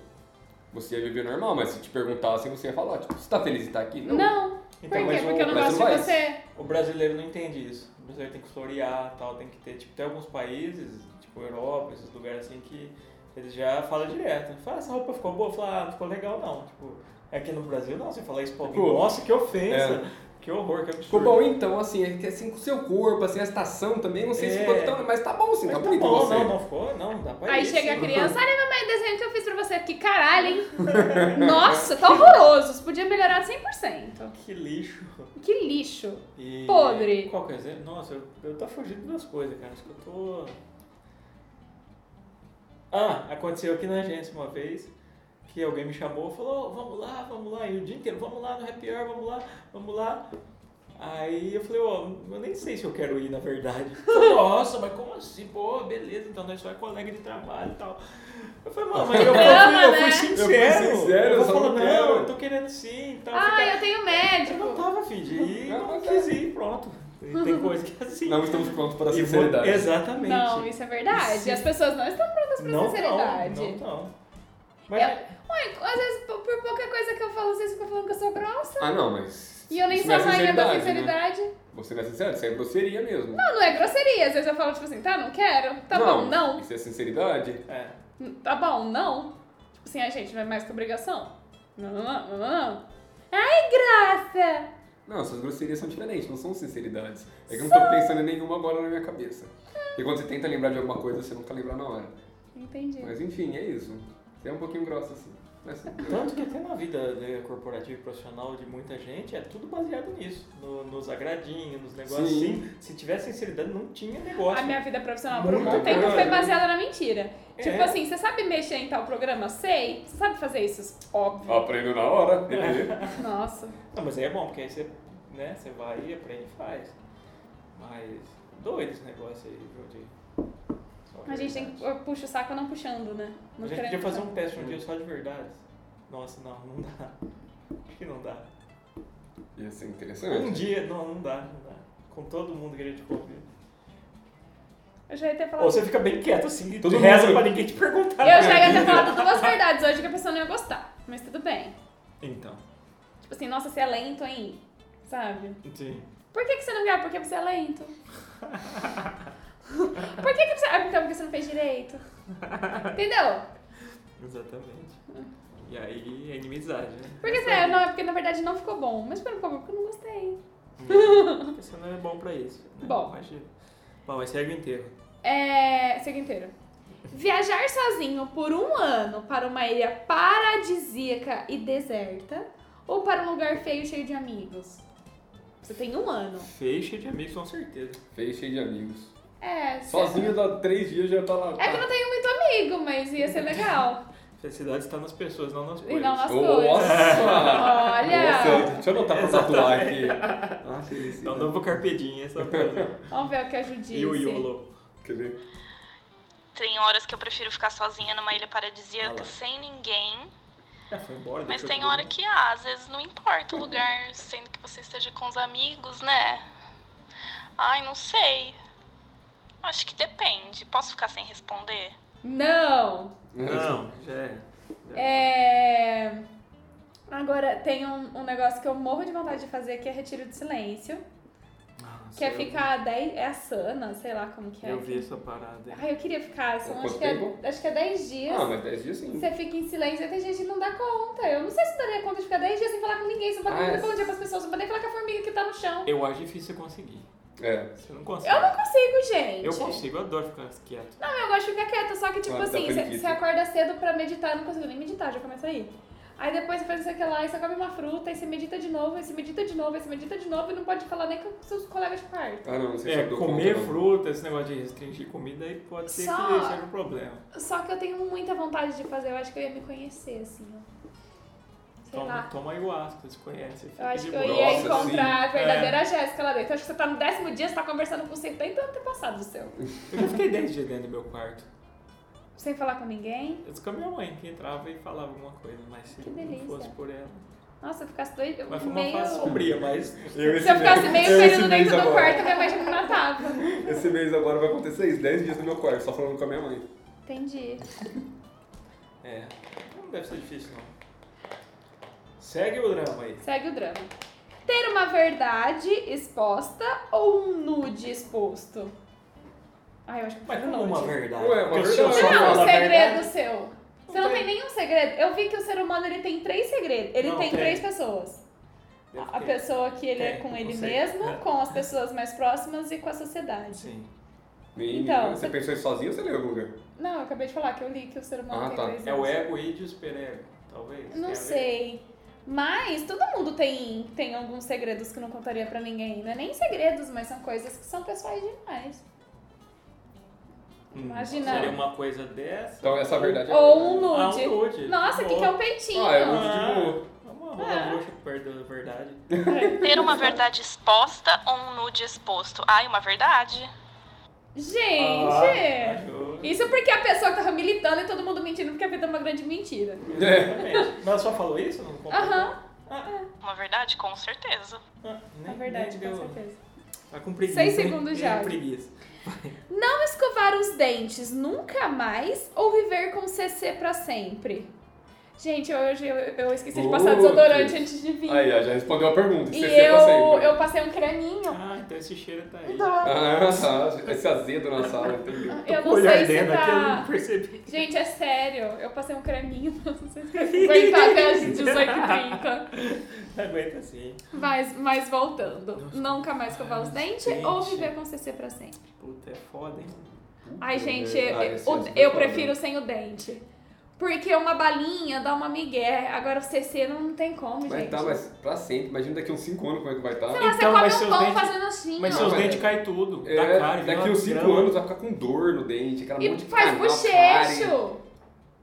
Speaker 3: Você ia viver normal, mas se te perguntassem, você ia falar, tipo, você tá feliz de estar aqui? Não.
Speaker 2: Não. Por
Speaker 1: Então,
Speaker 2: quê?
Speaker 1: mas o-
Speaker 2: Porque eu não
Speaker 3: mas
Speaker 2: gosto
Speaker 3: não
Speaker 2: de
Speaker 3: vai.
Speaker 2: você.
Speaker 1: O brasileiro não entende isso. O brasileiro tem que florear tal, tem que ter. Tipo, tem alguns países, tipo Europa, esses lugares assim, que eles já falam direto. Fala, essa roupa ficou boa, fala, ah, não ficou legal não. Tipo, aqui no Brasil não, você fala isso pra alguém.
Speaker 3: Ficou.
Speaker 1: Nossa, que ofensa! Que horror, que absurdo.
Speaker 3: Tipo, é. Ficou bom então, assim, é que assim, com o seu corpo, assim, a estação também, não sei se
Speaker 1: É.
Speaker 3: ficou tão. Mas tá bom sim,
Speaker 1: Mas
Speaker 3: tá
Speaker 1: tá
Speaker 3: bonito
Speaker 1: bom,
Speaker 3: você.
Speaker 1: não, não ficou, não, dá pra
Speaker 2: Aí
Speaker 1: ir,
Speaker 2: chega a
Speaker 1: sim.
Speaker 2: criança, olha mamãe, o desenho que eu fiz pra você. Que caralho, hein? Nossa, tá horroroso. Isso podia melhorar 100%.
Speaker 1: Que lixo.
Speaker 2: Que lixo.
Speaker 1: E...
Speaker 2: Podre.
Speaker 1: Qual que é o exemplo? Nossa, eu, eu tô fugindo das coisas, cara. Acho que eu tô. Ah, aconteceu aqui na agência uma vez que alguém me chamou e falou: "Ô, vamos lá, vamos lá. E o dia inteiro, vamos lá no happy hour, vamos lá, vamos lá. Aí eu falei, ó, eu nem sei se eu quero ir, na verdade. Falei, Nossa, mas como assim? Pô, beleza, então nós só é colega de trabalho e tal. Eu falei, mano, mas eu, eu fui, eu fui
Speaker 2: né?
Speaker 1: sincero.
Speaker 3: Eu fui sincero, eu
Speaker 1: eu
Speaker 3: só
Speaker 1: falei,
Speaker 3: não
Speaker 1: não,
Speaker 3: quero.
Speaker 1: eu tô querendo sim e tal.
Speaker 2: Ah,
Speaker 1: Fica-
Speaker 2: eu tipo, tenho
Speaker 1: eu não
Speaker 2: médico.
Speaker 1: tava afim de ir,
Speaker 3: Não,
Speaker 1: não
Speaker 3: mas
Speaker 1: quis
Speaker 3: é.
Speaker 1: ir, pronto. Tem
Speaker 2: Uhum.
Speaker 1: tem coisa que é assim.
Speaker 3: Não estamos prontos para a
Speaker 1: E vou-
Speaker 3: sinceridade.
Speaker 1: Exatamente.
Speaker 2: Não, isso é verdade.
Speaker 1: Sim.
Speaker 2: As pessoas não estão prontas pra
Speaker 1: Não tão,
Speaker 2: sinceridade. É
Speaker 1: não tão. Mas é,
Speaker 2: Eu, Ué, às vezes, por, por pouca coisa que eu falo, vocês ficam falando que eu sou grossa.
Speaker 3: Ah, não, mas.
Speaker 2: E eu nem
Speaker 3: isso
Speaker 2: sou
Speaker 3: não
Speaker 2: a
Speaker 3: é
Speaker 2: rainha da
Speaker 3: sinceridade, né?
Speaker 2: sinceridade.
Speaker 3: Você não é sincero, isso é grosseria mesmo.
Speaker 2: Não, não é grosseria. Às vezes eu falo, tipo assim, tá, não quero. Tá bom, não.
Speaker 3: Isso é sinceridade?
Speaker 1: é,
Speaker 2: Tá bom, não. Tipo assim, a gente vai mais que obrigação. Não, não, não, não, não. Ai, graça!
Speaker 3: Não, essas grosserias são diferentes, não são sinceridades. É que eu não tô pensando em nenhuma agora na minha cabeça. E quando você tenta lembrar de alguma coisa, você nunca lembra na hora.
Speaker 2: Entendi.
Speaker 3: Mas enfim, é isso. Você é um pouquinho grossa, assim. Mas,
Speaker 1: Tanto que até na vida né, corporativa e profissional de muita gente é tudo baseado nisso. no- nos agradinhos, nos negócios
Speaker 3: Sim.
Speaker 1: assim. Se tivesse sinceridade, não tinha negócio.
Speaker 2: A minha vida profissional por um
Speaker 1: Muita né?
Speaker 2: bom tempo
Speaker 3: coisa.
Speaker 2: foi baseada na mentira.
Speaker 1: É.
Speaker 2: Tipo assim, você sabe mexer em tal programa? Sei. Você sabe fazer isso? Óbvio.
Speaker 3: Aprendeu na hora, beleza.
Speaker 2: Nossa.
Speaker 1: Não, mas aí é bom, porque aí você, né, você vai e aprende e faz. Mas doido esse negócio aí, viu? De... só
Speaker 2: A gente tem que.
Speaker 1: verdade.
Speaker 2: eu puxo o saco não puxando, né? Não
Speaker 1: A gente
Speaker 2: querendo
Speaker 1: podia fazer
Speaker 2: puxar.
Speaker 1: um teste um dia só de verdade. Nossa, não, não dá. Acho que não dá.
Speaker 3: Ia ser
Speaker 1: Um
Speaker 3: interessante.
Speaker 1: dia, não, não dá, não dá. Com todo mundo que a gente convive.
Speaker 2: Eu já ia ter falado.
Speaker 1: Ou você fica bem quieto assim, e
Speaker 3: Todo
Speaker 1: reza
Speaker 3: mundo.
Speaker 1: pra ninguém te perguntar.
Speaker 2: Eu já ia ter falado duas verdades hoje que a pessoa não ia gostar. Mas tudo bem.
Speaker 1: Então,
Speaker 2: Tipo assim, nossa, você é lento, hein? Sabe?
Speaker 1: sim.
Speaker 2: Por que, que você não quer? Porque você é lento. Por que, que você. Ah, então porque você não fez direito. Entendeu?
Speaker 1: Exatamente. E aí é inimizade, né?
Speaker 2: Porque você é, não, é porque na verdade não ficou bom. Mas não ficou bom é porque eu não gostei.
Speaker 1: Não, Porque você não é bom pra isso. Né?
Speaker 2: Bom.
Speaker 1: Mas, bom, mas segue o enterro.
Speaker 2: É. Segue inteiro. Viajar sozinho por um ano para uma ilha paradisíaca e deserta ou para um lugar feio cheio de amigos? Você tem um ano.
Speaker 1: Feixe de amigos, com certeza.
Speaker 3: Fez cheio de amigos.
Speaker 2: É, você-
Speaker 3: Sozinho dá três dias já tá lá.
Speaker 2: É que eu não tenho muito amigo, mas ia ser legal.
Speaker 1: Felicidade está nas pessoas, não nas
Speaker 2: E
Speaker 1: coisas.
Speaker 2: não nas coisas.
Speaker 3: Nossa!
Speaker 2: Olha!
Speaker 3: Nossa, deixa eu anotar pra tatuar aqui. Ah, felicidade.
Speaker 1: Não, não vou carpedinha, Então, essa é coisa.
Speaker 2: Vamos ver o que a Ju disse.
Speaker 1: né? E o YOLO.
Speaker 3: Quer ver?
Speaker 4: Tem horas que eu prefiro ficar sozinha numa ilha
Speaker 1: Ah
Speaker 4: paradisíaca
Speaker 1: lá.
Speaker 4: sem ninguém.
Speaker 1: Já É, foi embora.
Speaker 4: Mas
Speaker 1: deixou
Speaker 4: tem
Speaker 1: tudo,
Speaker 4: hora
Speaker 1: né?
Speaker 4: que, ah, às vezes, não importa o lugar, sendo que você esteja com os amigos, né? Ai, não sei. Acho que depende. Posso ficar sem responder?
Speaker 2: Não!
Speaker 1: Não, já é.
Speaker 2: É... Agora, tem um, um negócio que eu morro de vontade de fazer, que é retiro de silêncio.
Speaker 1: Nossa,
Speaker 2: Que é
Speaker 1: Ah, eu-
Speaker 2: ficar 10... É a sana, sei lá como que é.
Speaker 1: Eu vi essa parada. aí.
Speaker 2: Ai, eu queria ficar, são,
Speaker 3: Quanto
Speaker 2: acho, que é,
Speaker 3: tempo?
Speaker 2: acho que é 10 dias.
Speaker 3: Ah, mas dez dias sim.
Speaker 2: Você fica em silêncio e tem gente que não dá conta. Eu não sei se eu daria conta de ficar 10 dias sem falar com ninguém, sem poder
Speaker 3: Ah,
Speaker 2: dar
Speaker 3: é.
Speaker 2: bom dia pras pessoas, sem poder falar com a formiga que tá no chão.
Speaker 1: Eu acho difícil eu conseguir.
Speaker 3: É.
Speaker 1: Você não consegue.
Speaker 2: Eu não consigo, gente.
Speaker 1: Eu consigo, eu adoro ficar quieto.
Speaker 2: Não, eu gosto de ficar quieta, só que tipo
Speaker 3: Ah, dá
Speaker 2: assim, você
Speaker 3: preguiça.
Speaker 2: você acorda cedo pra meditar, eu não consigo nem meditar, já começa aí. Aí depois você faz isso aqui lá, aí você come uma fruta, aí você medita de novo, aí você medita de novo, aí você medita de novo e não pode falar nem com seus colegas de quarto.
Speaker 3: Ah, não, não sei se
Speaker 1: É,
Speaker 3: eu dou
Speaker 1: comer
Speaker 3: conta, não.
Speaker 1: fruta, esse negócio de restringir comida, aí pode ser
Speaker 2: Só-
Speaker 1: que seja um problema.
Speaker 2: Só que eu tenho muita vontade de fazer, eu acho que eu ia me conhecer, assim, ó. Sei
Speaker 1: Toma,
Speaker 2: lá.
Speaker 1: toma ayahuasca, você conhece. fica
Speaker 2: Eu acho
Speaker 1: de
Speaker 2: que eu
Speaker 1: boa.
Speaker 2: ia
Speaker 3: Nossa,
Speaker 2: encontrar a
Speaker 1: sim.
Speaker 2: verdadeira Jéssica lá dentro. Eu acho que você tá no décimo dia, você tá conversando com 70 antepassados do seu.
Speaker 1: Eu já fiquei 10 dias dentro do meu quarto.
Speaker 2: Sem falar com ninguém.
Speaker 1: Eu disse com a minha mãe que entrava e falava alguma coisa, mas se
Speaker 2: Que delícia.
Speaker 1: não fosse por ela.
Speaker 2: Nossa, eu ficasse doido. eu
Speaker 1: Mas foi uma
Speaker 2: meio...
Speaker 1: fase sombria, mas.
Speaker 2: Se eu ficasse meio
Speaker 3: Eu esse
Speaker 2: período
Speaker 3: mês
Speaker 2: dentro do
Speaker 3: agora.
Speaker 2: quarto, minha mãe já me matava.
Speaker 3: Esse mês agora vai acontecer isso, 10 dias no meu quarto, só falando com a minha mãe.
Speaker 2: Entendi.
Speaker 1: É. Não deve ser difícil, não. Segue o drama aí.
Speaker 2: Segue o drama. Ter uma verdade exposta ou um nude exposto? Ai, eu acho que eu
Speaker 1: Mas
Speaker 2: prefiro
Speaker 1: não é uma
Speaker 2: nude.
Speaker 1: verdade.
Speaker 3: Ué, uma
Speaker 1: Porque se eu
Speaker 3: verdade.
Speaker 1: só
Speaker 2: Não é
Speaker 1: falar
Speaker 2: um
Speaker 1: a
Speaker 2: segredo
Speaker 1: verdade-
Speaker 2: seu. Você não tem nenhum segredo. Eu vi que o ser humano ele tem três segredos. Ele
Speaker 1: Não,
Speaker 2: tem,
Speaker 1: tem.
Speaker 2: três pessoas.
Speaker 1: Eu
Speaker 2: A a
Speaker 1: fiquei-
Speaker 2: pessoa que ele é
Speaker 1: Tem,
Speaker 2: com
Speaker 1: eu
Speaker 2: ele
Speaker 1: sei.
Speaker 2: mesmo,
Speaker 1: É.
Speaker 2: com as pessoas mais próximas e com a sociedade.
Speaker 1: Sim.
Speaker 3: Menina,
Speaker 2: Então,
Speaker 3: você
Speaker 2: você-
Speaker 3: pensou isso sozinho ou você leu, Guga?
Speaker 2: Não, eu acabei de falar que eu li que o ser humano
Speaker 3: Ah,
Speaker 2: tem
Speaker 3: tá.
Speaker 2: três
Speaker 1: É o
Speaker 2: segredos.
Speaker 1: ego, é id e o superego, talvez. Tem a
Speaker 2: Não
Speaker 1: ver.
Speaker 2: sei. Mas todo mundo tem, tem alguns segredos que não contaria pra ninguém. Não é nem segredos, mas são coisas que são pessoais demais.
Speaker 1: Hum,
Speaker 2: Imagina.
Speaker 1: Seria uma coisa dessa.
Speaker 3: Então essa verdade é.
Speaker 2: Ou um
Speaker 1: Ah, um
Speaker 2: nude.
Speaker 1: nude.
Speaker 2: Nossa, o que, que é um
Speaker 1: Boa.
Speaker 2: peitinho?
Speaker 3: Ah, é um nude
Speaker 1: Ah,
Speaker 3: de boa.
Speaker 1: é uma Ou da bruxa que perdeu a verdade.
Speaker 4: Ter uma verdade exposta ou um nude exposto? Ai, uma verdade.
Speaker 1: Ah,
Speaker 2: Gente!
Speaker 1: achou.
Speaker 2: Isso porque a pessoa tava militando e todo mundo mentindo porque a vida é uma grande mentira.
Speaker 1: Exatamente. Mas ela só falou isso? Não completou?
Speaker 2: Aham,
Speaker 1: Ah,
Speaker 4: Uma verdade, com certeza.
Speaker 1: ah, nem,
Speaker 2: é verdade,
Speaker 1: nem
Speaker 2: com
Speaker 1: deu-
Speaker 2: certeza.
Speaker 1: Tá com preguiça.
Speaker 2: Seis
Speaker 1: hein?
Speaker 2: segundos
Speaker 1: Tem
Speaker 2: já.
Speaker 1: preguiça.
Speaker 2: Não escovar os dentes nunca mais ou viver com CC pra sempre? Gente, hoje eu, eu esqueci de passar
Speaker 3: Putz.
Speaker 2: desodorante antes de vir.
Speaker 3: Aí, ó, já respondeu a pergunta.
Speaker 2: e
Speaker 3: Você sempre
Speaker 2: eu,
Speaker 3: sempre.
Speaker 2: eu passei um creminho.
Speaker 1: Ah, então esse cheiro tá aí.
Speaker 3: Ah, esse azedo na sala, entendeu?
Speaker 2: Eu
Speaker 1: Com
Speaker 2: não
Speaker 1: o olho
Speaker 2: sei se
Speaker 1: ardendo aqui, né? eu não
Speaker 2: tá...
Speaker 1: percebi.
Speaker 2: Gente, é sério. Eu passei um creminho. Não sei se vai pagar as 18h30.
Speaker 1: Aguenta assim, sim.
Speaker 2: Mas, mas voltando. Nunca mais escovar os dentes ou
Speaker 1: Gente.
Speaker 2: viver com CC pra sempre?
Speaker 1: Puta, é foda, hein?
Speaker 2: Ai, gente,
Speaker 3: Ah,
Speaker 2: eu,
Speaker 3: esse
Speaker 2: o-
Speaker 3: é
Speaker 2: eu
Speaker 3: foda.
Speaker 2: prefiro sem o dente. Porque uma balinha dá uma migué. Agora o CC não tem como,
Speaker 3: Vai
Speaker 2: gente.
Speaker 3: estar, mas pra sempre. Imagina daqui uns 5 anos como é que vai estar.
Speaker 2: Sei lá,
Speaker 1: Então, mas
Speaker 2: você come
Speaker 1: seus
Speaker 2: um pão
Speaker 1: dentes-
Speaker 2: fazendo assim,
Speaker 1: Mas
Speaker 2: ó.
Speaker 1: seus
Speaker 3: mas-
Speaker 1: dentes caem tudo.
Speaker 3: É,
Speaker 1: da cara, vira
Speaker 3: daqui
Speaker 1: Tá uma
Speaker 3: uns 5
Speaker 1: grama.
Speaker 3: anos vai ficar com dor no dente, aquela
Speaker 2: E
Speaker 3: monte de
Speaker 2: faz
Speaker 3: canal, cárie.
Speaker 2: bochecho.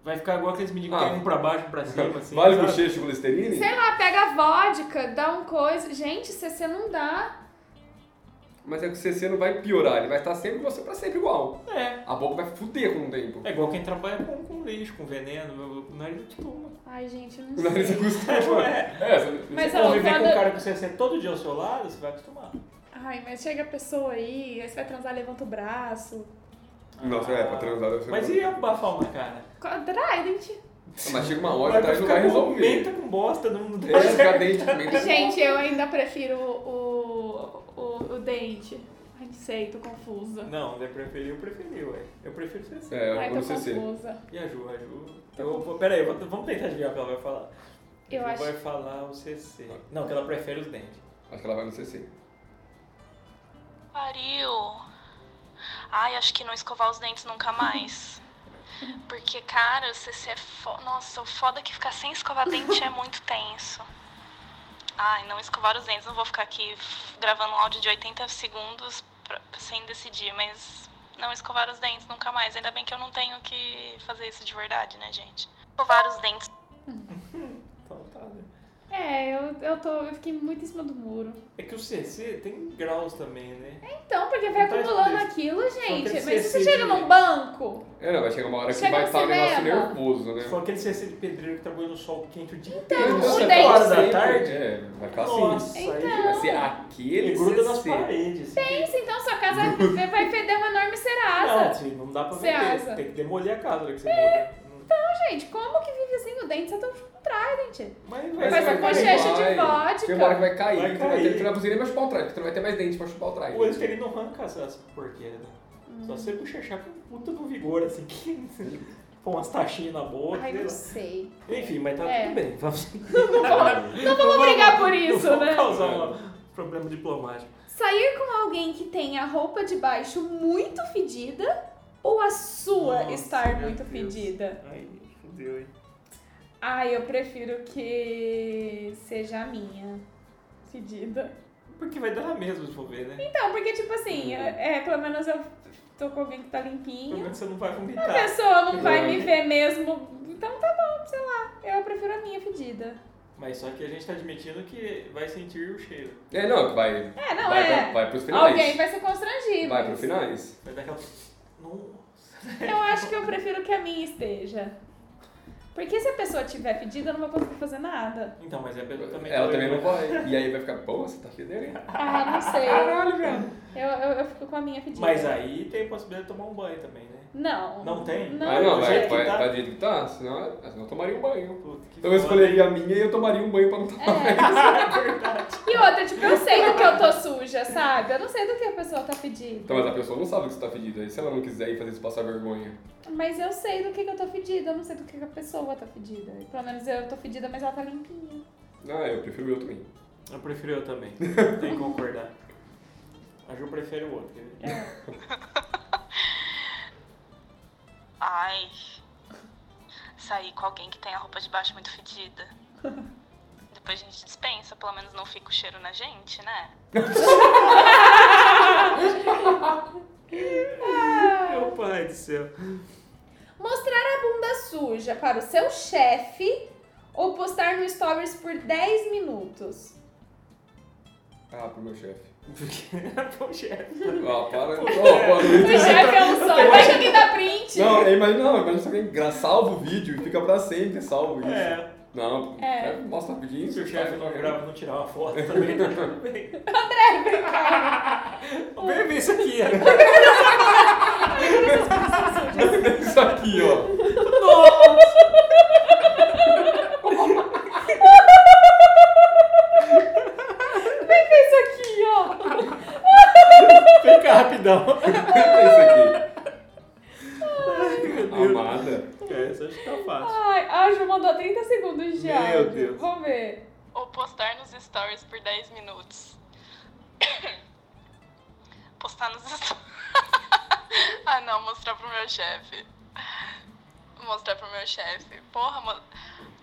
Speaker 1: Vai ficar igual aqueles mendigos
Speaker 3: Ah.
Speaker 1: que caem um pra baixo, pra cima, assim.
Speaker 3: Vale
Speaker 1: sabe?
Speaker 3: bochecho com listerine?
Speaker 2: Sei lá, Ah, pega a vodka, dá um coisa. Gente, CC não dá.
Speaker 3: Mas é que o CC não vai piorar, ele vai estar sempre com você pra sempre igual.
Speaker 1: É.
Speaker 3: A boca vai fuder com o tempo.
Speaker 1: É igual quem trabalha com, com lixo, com veneno, o nariz de pluma.
Speaker 2: Ai, gente, eu
Speaker 1: É.
Speaker 3: O
Speaker 2: não
Speaker 3: nariz
Speaker 2: sei.
Speaker 3: acostuma. É, você-
Speaker 2: Mas
Speaker 1: Se
Speaker 2: ó,
Speaker 1: conviver com
Speaker 2: quando-
Speaker 1: um cara com CC todo dia ao seu lado, você vai acostumar.
Speaker 2: Ai, mas chega a pessoa aí, aí você vai transar, levanta o braço.
Speaker 3: Nossa, é, pra transar deve ser
Speaker 1: Mas
Speaker 3: bom.
Speaker 1: e abafar uma cara?
Speaker 2: Trident.
Speaker 3: Mas chega uma hora que tá
Speaker 1: vai
Speaker 3: não
Speaker 1: ficar
Speaker 3: vai
Speaker 1: com
Speaker 3: resolver.
Speaker 1: menta com bosta, não não
Speaker 3: É,
Speaker 1: dá
Speaker 3: ficar
Speaker 1: certo.
Speaker 3: dente com menta.
Speaker 2: Gente, eu ainda prefiro o, o, o dente. Ai, não sei, tô confusa.
Speaker 1: Não, eu preferi, eu preferi, ué. Eu prefiro assim. CC.
Speaker 3: É,
Speaker 2: Ai,
Speaker 3: eu
Speaker 2: tô
Speaker 3: vou no CC.
Speaker 2: confusa.
Speaker 1: E a Ju, a Ju... Eu, vou- pera aí, vou- vamos tentar adivinhar o que ela vai falar.
Speaker 2: Eu
Speaker 1: a Ju
Speaker 2: acho-
Speaker 1: vai falar o CC. Não, que ela prefere os dentes.
Speaker 3: Acho que ela vai no CC.
Speaker 4: Pariu. Ai, acho que não escovar os dentes nunca mais. Porque, cara, CC é fo... Nossa, o foda é que ficar sem escovar dente é muito tenso. Ai, não escovar os dentes. Não vou ficar aqui f- gravando um áudio de 80 segundos pra- sem decidir, mas não escovar os dentes nunca mais. Ainda bem que eu não tenho que fazer isso de verdade, né, gente? Escovar os dentes
Speaker 1: Então tá, né?
Speaker 2: É, eu, eu, tô, eu fiquei muito em cima do muro.
Speaker 1: É que o CC tem graus também, né?
Speaker 2: Então, porque vai
Speaker 1: Então,
Speaker 2: acumulando
Speaker 1: isso-
Speaker 2: aquilo, gente.
Speaker 1: que
Speaker 2: Mas
Speaker 1: você
Speaker 2: se você
Speaker 1: se
Speaker 2: chega
Speaker 1: vira.
Speaker 2: num banco.
Speaker 3: É, não, vai chegar uma hora que
Speaker 2: Chega
Speaker 3: vai
Speaker 2: no
Speaker 3: estar um negócio
Speaker 2: cinema.
Speaker 3: nervoso, né?
Speaker 1: Só aquele CC de pedreiro que trabalhou no sol quente o dia
Speaker 3: Ele
Speaker 1: inteiro.
Speaker 3: não
Speaker 2: Então, o
Speaker 3: sai
Speaker 1: cinco
Speaker 2: dente- Então.
Speaker 1: horas da
Speaker 3: sempre.
Speaker 1: tarde.
Speaker 3: É, vai ficar assim.
Speaker 1: Nossa, aí é
Speaker 3: Vai ser aquele
Speaker 1: ele gruda nas
Speaker 3: CC.
Speaker 1: paredes. assim,
Speaker 2: Pensa, então, sua casa vai vai feder uma enorme
Speaker 1: Não,
Speaker 2: cerasa.
Speaker 1: assim, não dá pra
Speaker 2: Você
Speaker 1: vender.
Speaker 2: asa.
Speaker 1: Tem que demolir a casa né, que você mora.
Speaker 2: Então, gente, como que vive sem o dente? Você tá com Trident.
Speaker 1: Mas
Speaker 3: Mas
Speaker 2: Faz a é
Speaker 3: vai cair,
Speaker 2: bochecha de
Speaker 3: vai.
Speaker 2: vodka.
Speaker 3: é. Tem uma hora que vai cair,
Speaker 1: Vai
Speaker 3: vai vai ter
Speaker 1: cair.
Speaker 3: que não vai nem mais chupar o trás, porque tu não vai ter mais dente pra chupar o trás.
Speaker 1: O olho ele não arranca essas porqueiras, né?
Speaker 2: Hum.
Speaker 1: Só você bochechar com um puta do vigor, assim, que põe umas taxinhas na boca.
Speaker 2: Ai,
Speaker 1: sei
Speaker 2: não
Speaker 1: lá.
Speaker 2: sei.
Speaker 1: Enfim, mas tá
Speaker 2: É.
Speaker 1: tudo bem. Vamos... Não
Speaker 2: Não vamos brigar por isso,
Speaker 1: vamos
Speaker 2: né?
Speaker 1: causar um problema diplomático.
Speaker 2: Sair com alguém que tem a roupa de baixo muito fedida ou a sua
Speaker 1: Nossa,
Speaker 2: estar
Speaker 1: meu
Speaker 2: muito
Speaker 1: Deus.
Speaker 2: fedida?
Speaker 1: Ai, fudeu, hein?
Speaker 2: Ai, eu prefiro que seja a minha fedida.
Speaker 1: Porque vai dar na mesma, se for ver, né?
Speaker 2: Então, porque tipo assim, é, pelo menos eu tô com alguém que tá
Speaker 1: Pelo
Speaker 2: limpinho.
Speaker 1: menos você não vai
Speaker 2: A
Speaker 1: vomitar.
Speaker 2: pessoa não vai
Speaker 3: É.
Speaker 2: me ver mesmo. Então tá bom, sei lá. Eu prefiro a minha fedida.
Speaker 1: Mas só que a gente tá admitindo que vai sentir o cheiro.
Speaker 3: É, não, vai.
Speaker 2: É, não
Speaker 3: vai,
Speaker 2: é.
Speaker 3: pra- vai pros finais.
Speaker 2: Alguém vai ser constrangido.
Speaker 3: Vai pros finais.
Speaker 1: Vai dar aquela. Nossa.
Speaker 2: Eu acho que eu prefiro que a minha esteja. Porque se a pessoa tiver fedida, eu não vou conseguir fazer nada.
Speaker 1: Então, mas a pessoa também.
Speaker 3: Ela
Speaker 1: doeu,
Speaker 3: também
Speaker 1: né?
Speaker 3: não vai. E aí vai ficar, pô, você tá fedendo, hein?
Speaker 2: Ah, não sei. Caralho, velho. Eu, eu, eu fico com a minha fedida.
Speaker 1: Mas aí tem a possibilidade de tomar um banho também, né?
Speaker 2: Não.
Speaker 1: Não tem?
Speaker 2: Não, É.
Speaker 3: ah, não,
Speaker 1: do
Speaker 3: vai,
Speaker 1: jeito que
Speaker 3: vai,
Speaker 1: tá.
Speaker 3: vai do jeito que tá, senão, senão eu tomaria um banho.
Speaker 1: Puta, que
Speaker 3: Então eu
Speaker 1: foda.
Speaker 3: escolheria a minha e eu tomaria um banho pra não tomar.
Speaker 2: É.
Speaker 1: É verdade.
Speaker 2: E outra, tipo, eu sei do que eu tô suja, sabe? Eu não sei do que a pessoa tá fedida.
Speaker 3: Então, mas a pessoa não sabe que você tá fedida. E se ela não quiser ir fazer isso passar vergonha?
Speaker 2: Mas eu sei do que, que eu tô fedida, eu não sei do que, que a pessoa tá fedida. Pelo menos eu tô fedida, mas ela tá limpinha.
Speaker 3: Ah, eu prefiro eu também.
Speaker 1: Eu prefiro eu também. Tem que concordar. A Ju prefere o outro. quer ver?
Speaker 2: É.
Speaker 4: Ai. Sair com alguém que tem a roupa de baixo muito fedida. Depois a gente dispensa, pelo menos não fica o cheiro na gente, né?
Speaker 1: Meu É pai do céu.
Speaker 2: Mostrar a bunda suja para o seu chefe ou postar no no Stories por 10 minutos.
Speaker 3: Ah, pro meu chefe.
Speaker 1: Porque pô, chefe.
Speaker 3: Ah, para. Ó, pô,
Speaker 1: Pô,
Speaker 3: não
Speaker 2: O
Speaker 3: entendi.
Speaker 2: chefe é um só. Vai que alguém dá print.
Speaker 3: Não, eu imagino, não, imagina se alguém gra- salva o vídeo e fica pra sempre salvo isso.
Speaker 1: É,
Speaker 3: Não,
Speaker 2: É.
Speaker 3: é. mostra rapidinho. tá
Speaker 1: se o
Speaker 3: faz
Speaker 1: chefe não
Speaker 3: qualquer-
Speaker 1: grava, não tirar uma foto também, tá tudo bem. Vem ver isso aqui, ó.
Speaker 3: Isso aqui, ó.
Speaker 2: Vai ver isso aqui, ó.
Speaker 1: Vem cá rapidão.
Speaker 3: Isso
Speaker 1: Meu
Speaker 3: aqui. Amada.
Speaker 1: É, isso acho que tá fácil.
Speaker 2: Ai, a Ju mandou 30 segundos de
Speaker 1: Meu
Speaker 2: áudio.
Speaker 1: Deus.
Speaker 2: Vamos ver.
Speaker 4: Ou postar nos stories por 10 minutos. postar nos stories. ah, não, mostrar pro meu chefe. Mostrar pro meu chefe. Porra, mo...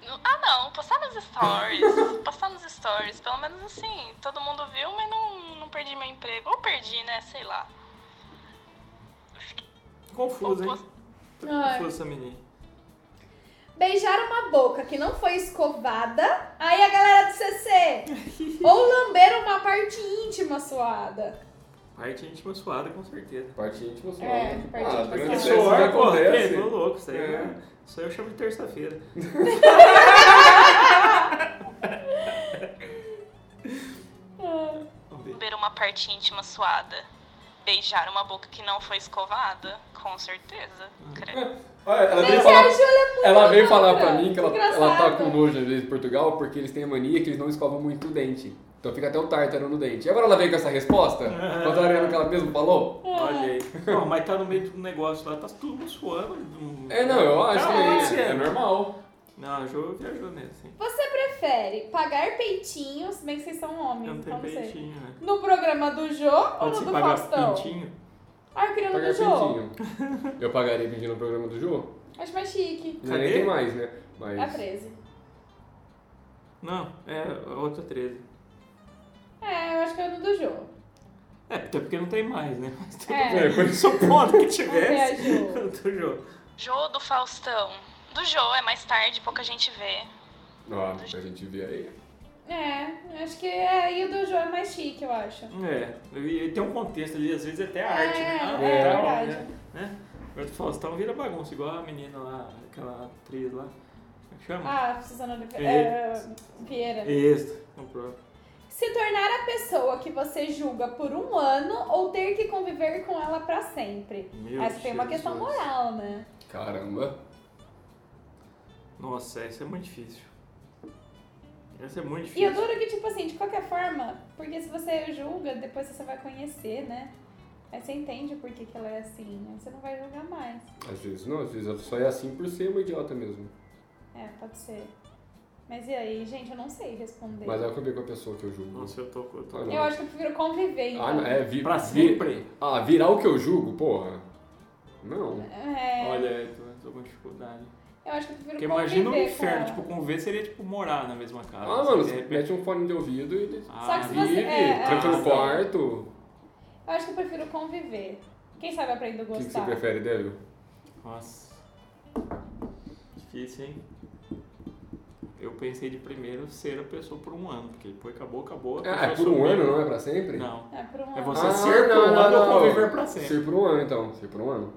Speaker 4: Não- Ah, não, postar nos stories. postar nos stories. Pelo menos assim, todo mundo viu, mas não, não perdi meu emprego. Ou perdi, né? Sei lá. Ou
Speaker 1: Confuso, hein?
Speaker 4: pos-
Speaker 2: Ai.
Speaker 1: Confuso essa menina.
Speaker 2: Beijar uma boca que não foi escovada. Aí a galera do CC. Ou lamber uma parte íntima suada.
Speaker 1: Parte íntima suada, com certeza.
Speaker 3: Parte íntima só.
Speaker 2: É,
Speaker 3: né?
Speaker 2: parte
Speaker 3: ah,
Speaker 2: íntima
Speaker 3: grande
Speaker 2: só.
Speaker 3: isso
Speaker 1: Suor,
Speaker 3: já
Speaker 1: pô,
Speaker 3: acontece.
Speaker 1: que tô louco, isso aí,
Speaker 3: É.
Speaker 1: é- isso aí eu chamo de terça-feira.
Speaker 2: Ah.
Speaker 1: Vamos ver.
Speaker 4: Beber uma parte íntima suada. Beijar uma boca que não foi escovada. Com certeza. Credo.
Speaker 3: Olha, ela veio
Speaker 2: Gente,
Speaker 3: falar,
Speaker 2: a Ju, ela é muito
Speaker 3: ela veio falar
Speaker 2: malandra.
Speaker 3: pra mim que ela,
Speaker 2: Engraçado.
Speaker 3: ela tá com nojo às vezes de Portugal porque eles têm a mania que eles não escovam muito o dente. Então fica até o tártaro no dente. E agora ela veio com essa resposta, contrariando o que ela mesma
Speaker 2: Ah.
Speaker 3: falou?
Speaker 1: Olha aí. Não, mas tá no meio do negócio lá, tá todo mundo suando. não-
Speaker 3: É, não, eu acho
Speaker 1: Tá
Speaker 3: que é,
Speaker 1: ótimo.
Speaker 3: é normal.
Speaker 1: Não, o jogo viajou mesmo, assim.
Speaker 2: Você prefere pagar peitinhos, se bem que vocês são homens,
Speaker 1: Eu não
Speaker 2: então
Speaker 1: tenho
Speaker 2: não sei.
Speaker 1: peitinho, um né?
Speaker 2: No programa do Jô ou
Speaker 1: Pode
Speaker 2: no
Speaker 1: se
Speaker 2: do
Speaker 1: pagar
Speaker 2: Faustão?
Speaker 1: pintinho?
Speaker 2: Ah, eu queria no
Speaker 3: Pagar
Speaker 2: do Jô.
Speaker 3: pintinho. Eu pagaria pintinho no programa do Ju?
Speaker 2: Acho mais chique.
Speaker 3: Já
Speaker 1: Cadê?
Speaker 3: nem tem mais, né?
Speaker 2: É
Speaker 3: Mas.
Speaker 2: 13.
Speaker 1: Não, é outra 13.
Speaker 2: É, eu acho que é no do Jô.
Speaker 1: É, até porque não tem mais, né? Mas tudo
Speaker 2: É.
Speaker 1: bem, foi supondo que
Speaker 2: Até a
Speaker 1: tivesse.
Speaker 2: Ju.
Speaker 1: Do jogo.
Speaker 4: Jô do Faustão. Do Jô é mais tarde, pouca gente vê.
Speaker 3: Ó, pra gente ver aí.
Speaker 2: É, acho que é, e o do Jô é mais chique, eu acho.
Speaker 1: É, e e tem um contexto ali, às vezes até arte,
Speaker 2: É,
Speaker 1: né?
Speaker 2: é
Speaker 1: tal,
Speaker 2: verdade.
Speaker 1: Né? né? Agora do Faustão vira bagunça, igual a menina lá, aquela atriz lá. Como é que chama?
Speaker 2: Ah, Suzana Oliveira.
Speaker 1: É.
Speaker 2: é, Vieira.
Speaker 1: Isso, o próprio.
Speaker 2: Se tornar a pessoa que você julga por um ano ou ter que conviver com ela pra sempre.
Speaker 1: Meu
Speaker 2: Essa tem uma questão
Speaker 1: Jesus.
Speaker 2: moral, né?
Speaker 3: Caramba.
Speaker 1: Nossa, isso é muito difícil. Isso é muito
Speaker 2: E eu
Speaker 1: difícil.
Speaker 2: duro que, tipo assim, de qualquer forma, porque se você julga, depois você vai conhecer, né? Aí você entende por que, que ela é assim, aí você não vai julgar mais.
Speaker 3: Às vezes não, às vezes ela só é assim por ser uma idiota mesmo.
Speaker 2: É, pode ser. Mas e aí, gente, eu não sei responder.
Speaker 3: Mas é o que eu vi com a pessoa que eu julgo.
Speaker 1: Nossa, eu tô. Eu tô...
Speaker 3: Olha.
Speaker 2: Eu acho que eu prefiro conviver, então.
Speaker 3: Ah, não, é vi,
Speaker 1: Pra
Speaker 3: vi-
Speaker 1: sempre.
Speaker 3: Ah, virar o que eu julgo, porra. Não.
Speaker 2: É,
Speaker 1: Olha, eu tô, eu tô com dificuldade.
Speaker 2: eu acho que eu prefiro
Speaker 1: Porque
Speaker 2: conviver
Speaker 1: imagina um
Speaker 2: com
Speaker 1: inferno,
Speaker 2: ela.
Speaker 1: tipo, conviver seria tipo morar na mesma casa.
Speaker 3: Ah,
Speaker 1: assim,
Speaker 3: mano,
Speaker 1: de
Speaker 3: você
Speaker 1: repente-
Speaker 3: mete um fone de ouvido e
Speaker 2: Só que se
Speaker 1: Ah,
Speaker 2: você-
Speaker 3: vive,
Speaker 2: é,
Speaker 3: tranca
Speaker 1: ah,
Speaker 3: no quarto.
Speaker 2: Eu acho que eu prefiro conviver. Quem sabe eu aprendo a
Speaker 3: O que, que você
Speaker 2: gostar.
Speaker 3: prefere, Débio?
Speaker 1: Nossa. Difícil, hein? Eu pensei de primeiro ser a pessoa por um ano, porque depois acabou, acabou. a
Speaker 3: Ah, é
Speaker 1: pessoa
Speaker 3: por um
Speaker 1: sumiu.
Speaker 3: ano, não é pra sempre?
Speaker 1: Não.
Speaker 2: É por um
Speaker 1: É
Speaker 2: ano.
Speaker 1: você
Speaker 3: Ah,
Speaker 1: ser por
Speaker 3: não,
Speaker 1: um
Speaker 3: não,
Speaker 1: ano
Speaker 3: não.
Speaker 1: ou conviver pra sempre.
Speaker 3: Ser por um ano, então. Ser por um ano.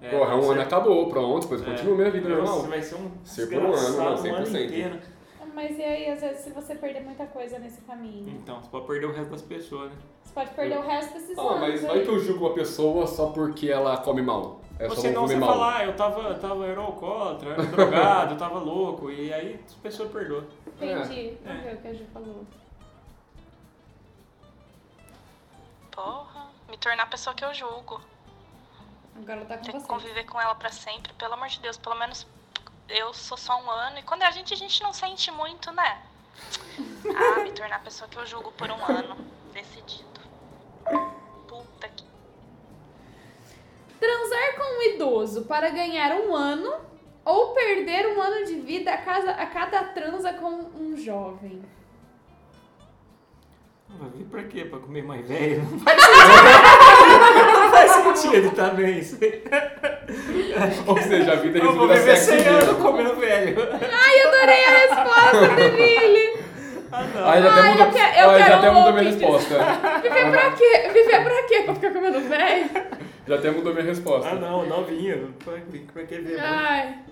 Speaker 1: É,
Speaker 3: Porra, um
Speaker 1: você- é.
Speaker 3: ano acabou, pronto. Depois continua a minha vida
Speaker 1: você
Speaker 3: normal.
Speaker 1: vai ser um
Speaker 3: Ser por um ano,
Speaker 1: desgraçado
Speaker 3: não,
Speaker 1: um ano
Speaker 3: 100%.
Speaker 1: inteiro.
Speaker 2: Mas e aí, às vezes, se você perder muita coisa nesse caminho?
Speaker 1: Então, você pode perder o resto das pessoas, né?
Speaker 2: Você pode perder o resto desses
Speaker 3: Ah,
Speaker 2: anos.
Speaker 3: mas
Speaker 2: aí.
Speaker 3: vai que eu julgo uma pessoa só porque ela come mal. É
Speaker 1: Ou
Speaker 3: só
Speaker 1: senão
Speaker 3: comer
Speaker 1: você
Speaker 3: mal.
Speaker 1: falar, eu tava, eu tava eu era alcoólatra, eu era drogado, eu tava louco, e aí as pessoas perdoam.
Speaker 2: Entendi.
Speaker 1: É.
Speaker 2: Vamos ver o que a Ju falou.
Speaker 4: Porra. Me tornar a pessoa que eu julgo.
Speaker 2: Agora ela tá
Speaker 4: Ter
Speaker 2: com
Speaker 4: que
Speaker 2: você.
Speaker 4: conviver com ela pra sempre. Pelo amor de Deus, pelo menos eu sou só um ano. E quando é a gente, a gente não sente muito, né? Ah, me tornar a pessoa que eu julgo por um ano. Decidido. Puta que.
Speaker 2: Transar com um idoso para ganhar um ano ou perder um ano de vida a, casa, a cada transa com um jovem.
Speaker 1: Vai vir Ah, pra quê? Pra comer mais velho? Não faz sentido. Não faz sentido também isso. aí.
Speaker 3: Ou seja, a vida
Speaker 1: Eu vou
Speaker 3: resumida
Speaker 1: viver
Speaker 3: sexo
Speaker 1: 100
Speaker 3: e
Speaker 1: anos
Speaker 3: dinheiro.
Speaker 1: comendo velho.
Speaker 2: Ai, adorei a resposta, Deville.
Speaker 1: Ah, não.
Speaker 3: Aí já até
Speaker 2: Ai, eu
Speaker 3: mudou,
Speaker 2: quero- eu
Speaker 3: aí já
Speaker 2: quero
Speaker 3: até
Speaker 2: um
Speaker 3: mudou minha
Speaker 2: ouvinte.
Speaker 3: resposta.
Speaker 2: Viver pra quê? Viver pra quê? Pra ficar comendo velho?
Speaker 3: Já até mudou minha resposta.
Speaker 1: Ah, não, novinho. Pra que- pra que ver? né?
Speaker 2: Ai,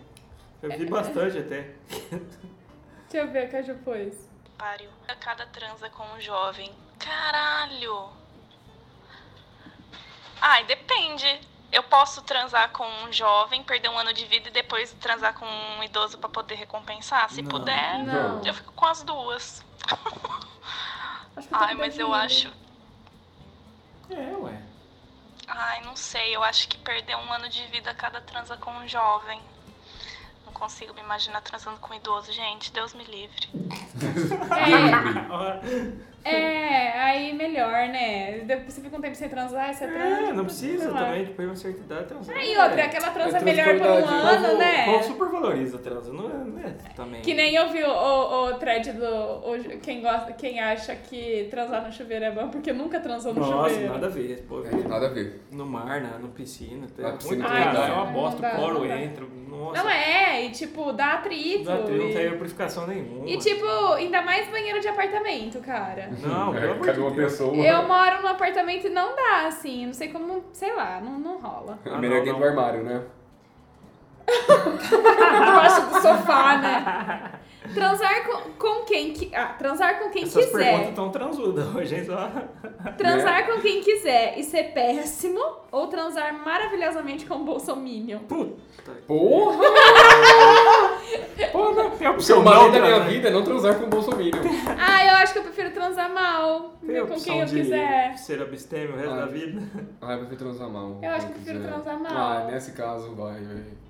Speaker 1: Eu vi bastante até.
Speaker 2: deixa eu ver o que a Ju pôs.
Speaker 4: Pariu. A cada transa com um jovem. Caralho! Ai, depende. Eu posso transar com um jovem, perder um ano de vida e depois transar com um idoso pra poder recompensar? Se
Speaker 1: Não.
Speaker 4: puder,
Speaker 2: Não.
Speaker 4: eu fico com as duas.
Speaker 2: Acho que tô
Speaker 4: Ai,
Speaker 2: com
Speaker 4: mas eu
Speaker 2: Deville.
Speaker 4: acho.
Speaker 1: É, ué.
Speaker 4: Ai, não sei. Eu acho que perder um ano de vida a cada transa com um jovem. Não consigo me imaginar transando com um idoso, gente. Deus me livre.
Speaker 1: Ah,
Speaker 2: É, é, aí melhor, né? Depois Você fica um tempo sem transar, aí você transa.
Speaker 1: É, não precisa
Speaker 2: sei lá.
Speaker 1: também. Depois uma certa idade tem uns.
Speaker 2: Aí outra, aquela transa
Speaker 3: É
Speaker 2: melhor por um
Speaker 3: tranquilidade.
Speaker 2: ano,
Speaker 1: O povo
Speaker 2: né?
Speaker 1: supervaloriza a transa, não é? Não é também.
Speaker 2: Que nem eu vi o, o, o thread do o- quem, gosta, quem acha que transar no chuveiro é bom, porque nunca transou no
Speaker 1: Nossa,
Speaker 2: chuveiro.
Speaker 1: nada a ver. Pô,
Speaker 3: É, nada a ver.
Speaker 1: No mar, na, na Ah, piscina. Até
Speaker 3: Na piscina
Speaker 1: muito
Speaker 2: tem
Speaker 1: lugar,
Speaker 2: lugar.
Speaker 1: é uma bosta,
Speaker 2: Ah, Não
Speaker 1: o
Speaker 2: dá,
Speaker 1: colo
Speaker 2: não dá.
Speaker 1: entra. Nossa,
Speaker 2: Não é, e tipo, dá atrito.
Speaker 1: Não, tem- não
Speaker 2: e-
Speaker 1: tem purificação nenhuma.
Speaker 2: E tipo, ainda mais banheiro de apartamento, cara.
Speaker 1: Não, pelo
Speaker 3: É,
Speaker 1: amor
Speaker 3: cada
Speaker 1: de
Speaker 3: uma
Speaker 1: Deus.
Speaker 3: pessoa.
Speaker 2: Eu moro num apartamento e não dá, assim. Não sei como, sei lá, não, não rola.
Speaker 3: É melhor
Speaker 1: Ah,
Speaker 3: que
Speaker 1: não,
Speaker 3: do
Speaker 1: não.
Speaker 3: armário, né?
Speaker 2: Debaixo do sofá, né? Transar com, com quem qui- ah, transar com quem
Speaker 1: Essas perguntas né?
Speaker 2: quiser.
Speaker 1: estão transudas hoje, hein? Só...
Speaker 2: Transar com quem quiser e ser péssimo ou transar maravilhosamente com o Bolsominion.
Speaker 1: Puta.
Speaker 3: Porra!
Speaker 1: Porra, tem
Speaker 3: O
Speaker 1: opção
Speaker 3: seu mal
Speaker 1: não
Speaker 3: da minha
Speaker 1: transar.
Speaker 3: vida é não transar com o Bolsonaro.
Speaker 2: Ah, eu acho que eu prefiro transar mal. né,
Speaker 1: Tem
Speaker 2: com
Speaker 1: opção
Speaker 2: quem eu
Speaker 1: de
Speaker 2: quiser.
Speaker 1: ser abstêmio o resto
Speaker 3: Ah.
Speaker 1: da vida.
Speaker 3: Ah, eu prefiro transar mal.
Speaker 2: Eu acho
Speaker 3: se
Speaker 2: que eu prefiro
Speaker 3: quiser.
Speaker 2: transar mal.
Speaker 3: Ah, nesse caso, vai, velho.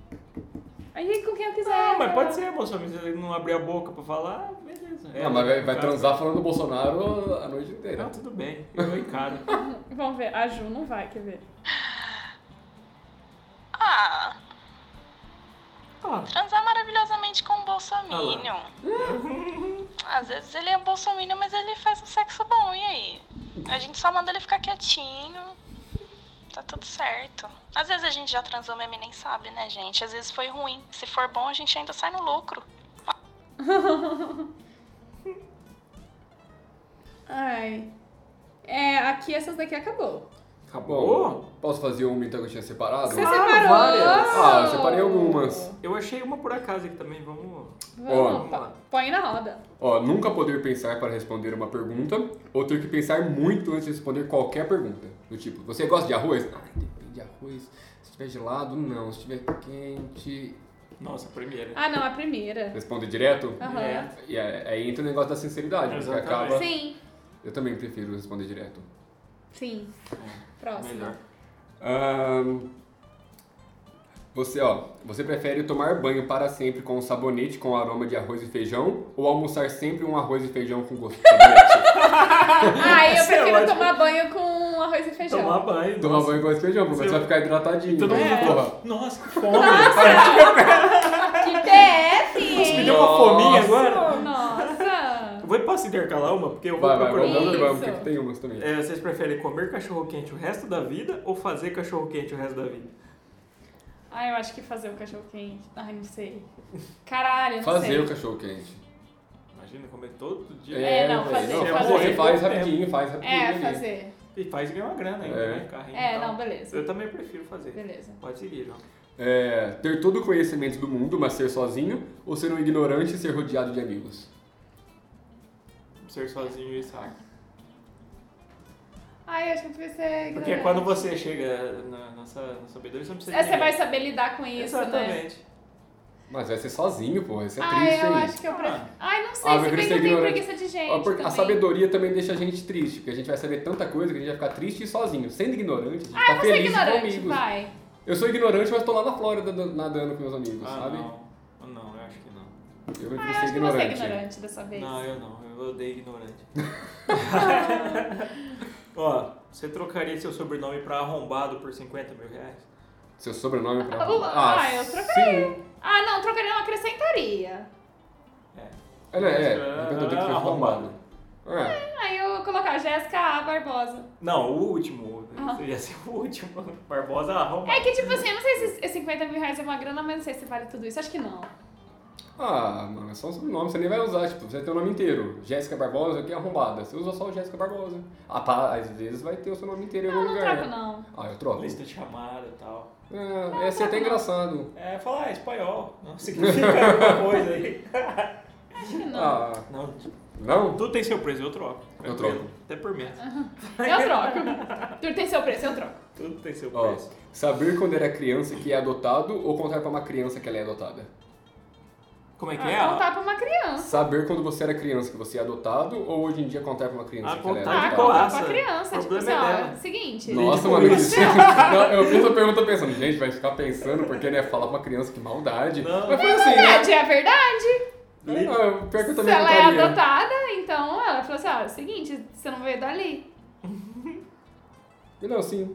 Speaker 2: Aí com quem eu quiser. então. sei
Speaker 1: Ah, mas
Speaker 2: lá.
Speaker 1: pode ser, Bolsonaro. Se ele não abrir a boca pra falar, beleza. É,
Speaker 3: Ah, mas vai, vai
Speaker 1: tá.
Speaker 3: transar né? falando do Bolsonaro a noite inteira.
Speaker 1: Não, tudo bem. Eu encaro.
Speaker 2: Vamos ver. A Ju não vai, quer ver?
Speaker 4: Ah,
Speaker 1: Ah,
Speaker 4: transar maravilhosamente com um bolsominion. Às vezes ele é bolsominion, mas ele faz um sexo bom, e aí? A gente só manda ele ficar quietinho. Tá tudo certo. Às vezes a gente já transou mesmo e nem sabe, né, gente? Às vezes foi ruim. Se for bom, a gente ainda sai no lucro.
Speaker 2: Ai. É, aqui essas daqui acabou.
Speaker 1: acabou?
Speaker 3: Bom, posso fazer uma então que eu tinha separado?
Speaker 2: Você
Speaker 1: Claro,
Speaker 2: separou?
Speaker 1: Ah, várias.
Speaker 3: Ah, eu separei algumas.
Speaker 1: Eu achei uma por acaso aqui também, vamos.
Speaker 2: Vamos,
Speaker 1: Ó.
Speaker 2: pá, põe na roda.
Speaker 3: Ó, nunca poder pensar para responder uma pergunta, ou ter que pensar muito antes de responder qualquer pergunta. Do tipo, você gosta de arroz? Ah, depende de arroz. Se tiver gelado, não. Se tiver quente.
Speaker 1: Nossa, a primeira.
Speaker 2: Ah, não, a primeira.
Speaker 3: Responde direto?
Speaker 2: Aham.
Speaker 1: É.
Speaker 3: E aí aí entra o negócio da sinceridade, porque
Speaker 1: Exatamente.
Speaker 3: acaba.
Speaker 2: Sim,
Speaker 3: Eu também prefiro responder direto.
Speaker 2: sim.
Speaker 1: É,
Speaker 2: Próximo.
Speaker 1: Melhor.
Speaker 3: Ahn, você, ó, você prefere tomar banho para sempre com um sabonete com aroma de arroz e feijão ou almoçar sempre um arroz e feijão com gosto de sabonete?
Speaker 2: Ah, eu
Speaker 1: Essa é
Speaker 2: prefiro
Speaker 1: ótima.
Speaker 2: tomar banho com arroz e feijão.
Speaker 1: Tomar banho.
Speaker 3: Tomar
Speaker 1: nossa. Então
Speaker 3: banho com arroz e feijão, porque você vai ficar hidratadinho.
Speaker 1: Todo mundo
Speaker 3: né? Porra.
Speaker 1: ficou. Nossa, que fome.
Speaker 2: Ah, Que PF!
Speaker 1: Me
Speaker 2: hein?
Speaker 1: deu um uma fominha
Speaker 3: Nossa.
Speaker 1: agora.
Speaker 2: Nossa!
Speaker 1: Eu vou posso intercalar uma, porque eu vou um
Speaker 3: Vai, vai,
Speaker 1: procurando.
Speaker 3: vamos,
Speaker 2: Isso.
Speaker 3: vamos, porque tem umas também.
Speaker 1: É, vocês preferem comer cachorro quente o resto da vida ou fazer cachorro quente o resto da vida?
Speaker 2: Ai, Ah, eu acho que fazer o cachorro quente. Ai, não sei. Caralho, não
Speaker 3: Fazer
Speaker 2: sei.
Speaker 3: o cachorro quente.
Speaker 1: Imagina comer todo dia.
Speaker 2: É, não,
Speaker 3: velho,
Speaker 2: fazer,
Speaker 3: não,
Speaker 1: fazer.
Speaker 3: Você faz
Speaker 1: Tempo.
Speaker 3: rapidinho, faz rapidinho.
Speaker 2: É,
Speaker 3: ali.
Speaker 2: fazer.
Speaker 1: E faz ganhar uma grana ainda,
Speaker 3: É.
Speaker 1: né? Carrinho, e
Speaker 2: É,
Speaker 1: tal.
Speaker 2: não, beleza.
Speaker 1: Eu também prefiro fazer.
Speaker 2: Beleza.
Speaker 1: Pode seguir, João.
Speaker 3: É, ter todo o conhecimento do mundo, mas ser sozinho, ou ser um ignorante e ser rodeado de amigos?
Speaker 1: Ser sozinho e saco.
Speaker 2: Ai, eu acho que eu preciso ser
Speaker 1: Porque é
Speaker 2: ignorante.
Speaker 1: quando você chega na, nessa, na sabedoria, você não precisa.
Speaker 2: É,
Speaker 1: de
Speaker 2: Você vai
Speaker 1: ninguém.
Speaker 2: saber lidar com isso, né?
Speaker 1: Exatamente.
Speaker 3: Mas vai ser sozinho, porra, isso é
Speaker 2: Ai,
Speaker 3: triste,
Speaker 2: Ah, eu
Speaker 3: hein?
Speaker 2: acho que eu prefiro. Ai, não sei,
Speaker 3: Ah,
Speaker 2: se
Speaker 3: eu
Speaker 2: bem
Speaker 3: prefiro
Speaker 2: que eu
Speaker 3: ser
Speaker 2: tenho
Speaker 3: ignorante.
Speaker 2: preguiça de gente.
Speaker 3: Ó, porque a
Speaker 2: também.
Speaker 3: sabedoria também deixa a gente triste, porque a gente vai saber tanta coisa que a gente vai ficar triste e sozinho, sendo ignorante, a gente
Speaker 2: Ah,
Speaker 3: tá
Speaker 2: você é
Speaker 3: feliz com
Speaker 2: ignorante,
Speaker 3: amigos.
Speaker 2: vai.
Speaker 3: Eu sou ignorante, mas tô lá na Flórida dan- nadando com meus amigos,
Speaker 1: Ah,
Speaker 3: sabe?
Speaker 1: não. Não, eu acho que não.
Speaker 3: Eu
Speaker 2: Ah,
Speaker 3: prefiro
Speaker 2: eu
Speaker 3: ser
Speaker 2: acho que você é
Speaker 3: ignorante.
Speaker 2: ignorante dessa vez.
Speaker 1: Não, eu não. Eu odeio ignorante. Ó, você trocaria seu sobrenome pra arrombado por 50 mil reais?
Speaker 3: Seu sobrenome é pra
Speaker 2: Ah, eu trocaria. Ah, não, trocaria não, acrescentaria.
Speaker 1: É.
Speaker 3: É, né? é, depende do que foi
Speaker 1: Arrombado.
Speaker 3: formado. É.
Speaker 2: Aí eu colocar Jéssica A. Barbosa.
Speaker 1: Não, o último.
Speaker 2: Ah.
Speaker 1: Ia ser o último. Barbosa arroba.
Speaker 2: É que, tipo assim, eu não sei se é 50 mil reais é uma grana, mas não sei se vale tudo isso. Acho que não.
Speaker 3: Ah, mano, é só o sobrenome, você nem vai usar, tipo, você tem o nome inteiro. Jéssica Barbosa, que é arrombada. Você usa só o Jéssica Barbosa. Ah, tá, às vezes vai ter o seu nome inteiro em
Speaker 2: Não,
Speaker 3: algum
Speaker 2: não
Speaker 3: lugar.
Speaker 2: troco, não.
Speaker 3: Ah, eu troco.
Speaker 1: Lista de chamada e tal.
Speaker 3: É, ia ser até engraçado.
Speaker 1: É, falar ah, espanhol. Não significa alguma coisa aí.
Speaker 2: Acho que não.
Speaker 3: Ah,
Speaker 1: Não, tipo,
Speaker 3: não?
Speaker 1: tudo tem seu preço, eu troco.
Speaker 3: Eu
Speaker 1: Tranquilo.
Speaker 3: troco.
Speaker 1: Até por menos.
Speaker 2: Eu troco. Tudo tem seu preço, eu troco.
Speaker 1: Tudo tem seu
Speaker 3: Ó,
Speaker 1: preço.
Speaker 3: saber quando era criança que é adotado ou contar pra uma criança que ela é adotada?
Speaker 1: Como é que
Speaker 2: Ah,
Speaker 1: é?
Speaker 2: contar pra uma criança.
Speaker 3: Saber quando você era criança que você é adotado ou hoje em dia contar pra uma criança
Speaker 1: Ah,
Speaker 3: que ela é
Speaker 1: contar de
Speaker 2: Ah,
Speaker 3: adotada?
Speaker 1: boa.
Speaker 2: contar
Speaker 1: Nossa,
Speaker 2: pra criança.
Speaker 1: o
Speaker 2: Tipo assim,
Speaker 1: problema é
Speaker 2: ó,
Speaker 1: dela.
Speaker 2: seguinte.
Speaker 3: Nossa, mano, isso. é Não, eu fiz a pergunta pensando, gente, vai ficar pensando porque, né, falar pra uma criança que maldade.
Speaker 1: Não.
Speaker 3: Mas foi
Speaker 2: É
Speaker 3: assim, né?
Speaker 2: verdade, é verdade.
Speaker 1: Li-
Speaker 3: Ah, eu- pior que eu
Speaker 2: Se
Speaker 3: também
Speaker 2: ela é
Speaker 3: adotaria.
Speaker 2: adotada, então ela falou assim, ó, é o seguinte, você não veio dali.
Speaker 3: Não, sim.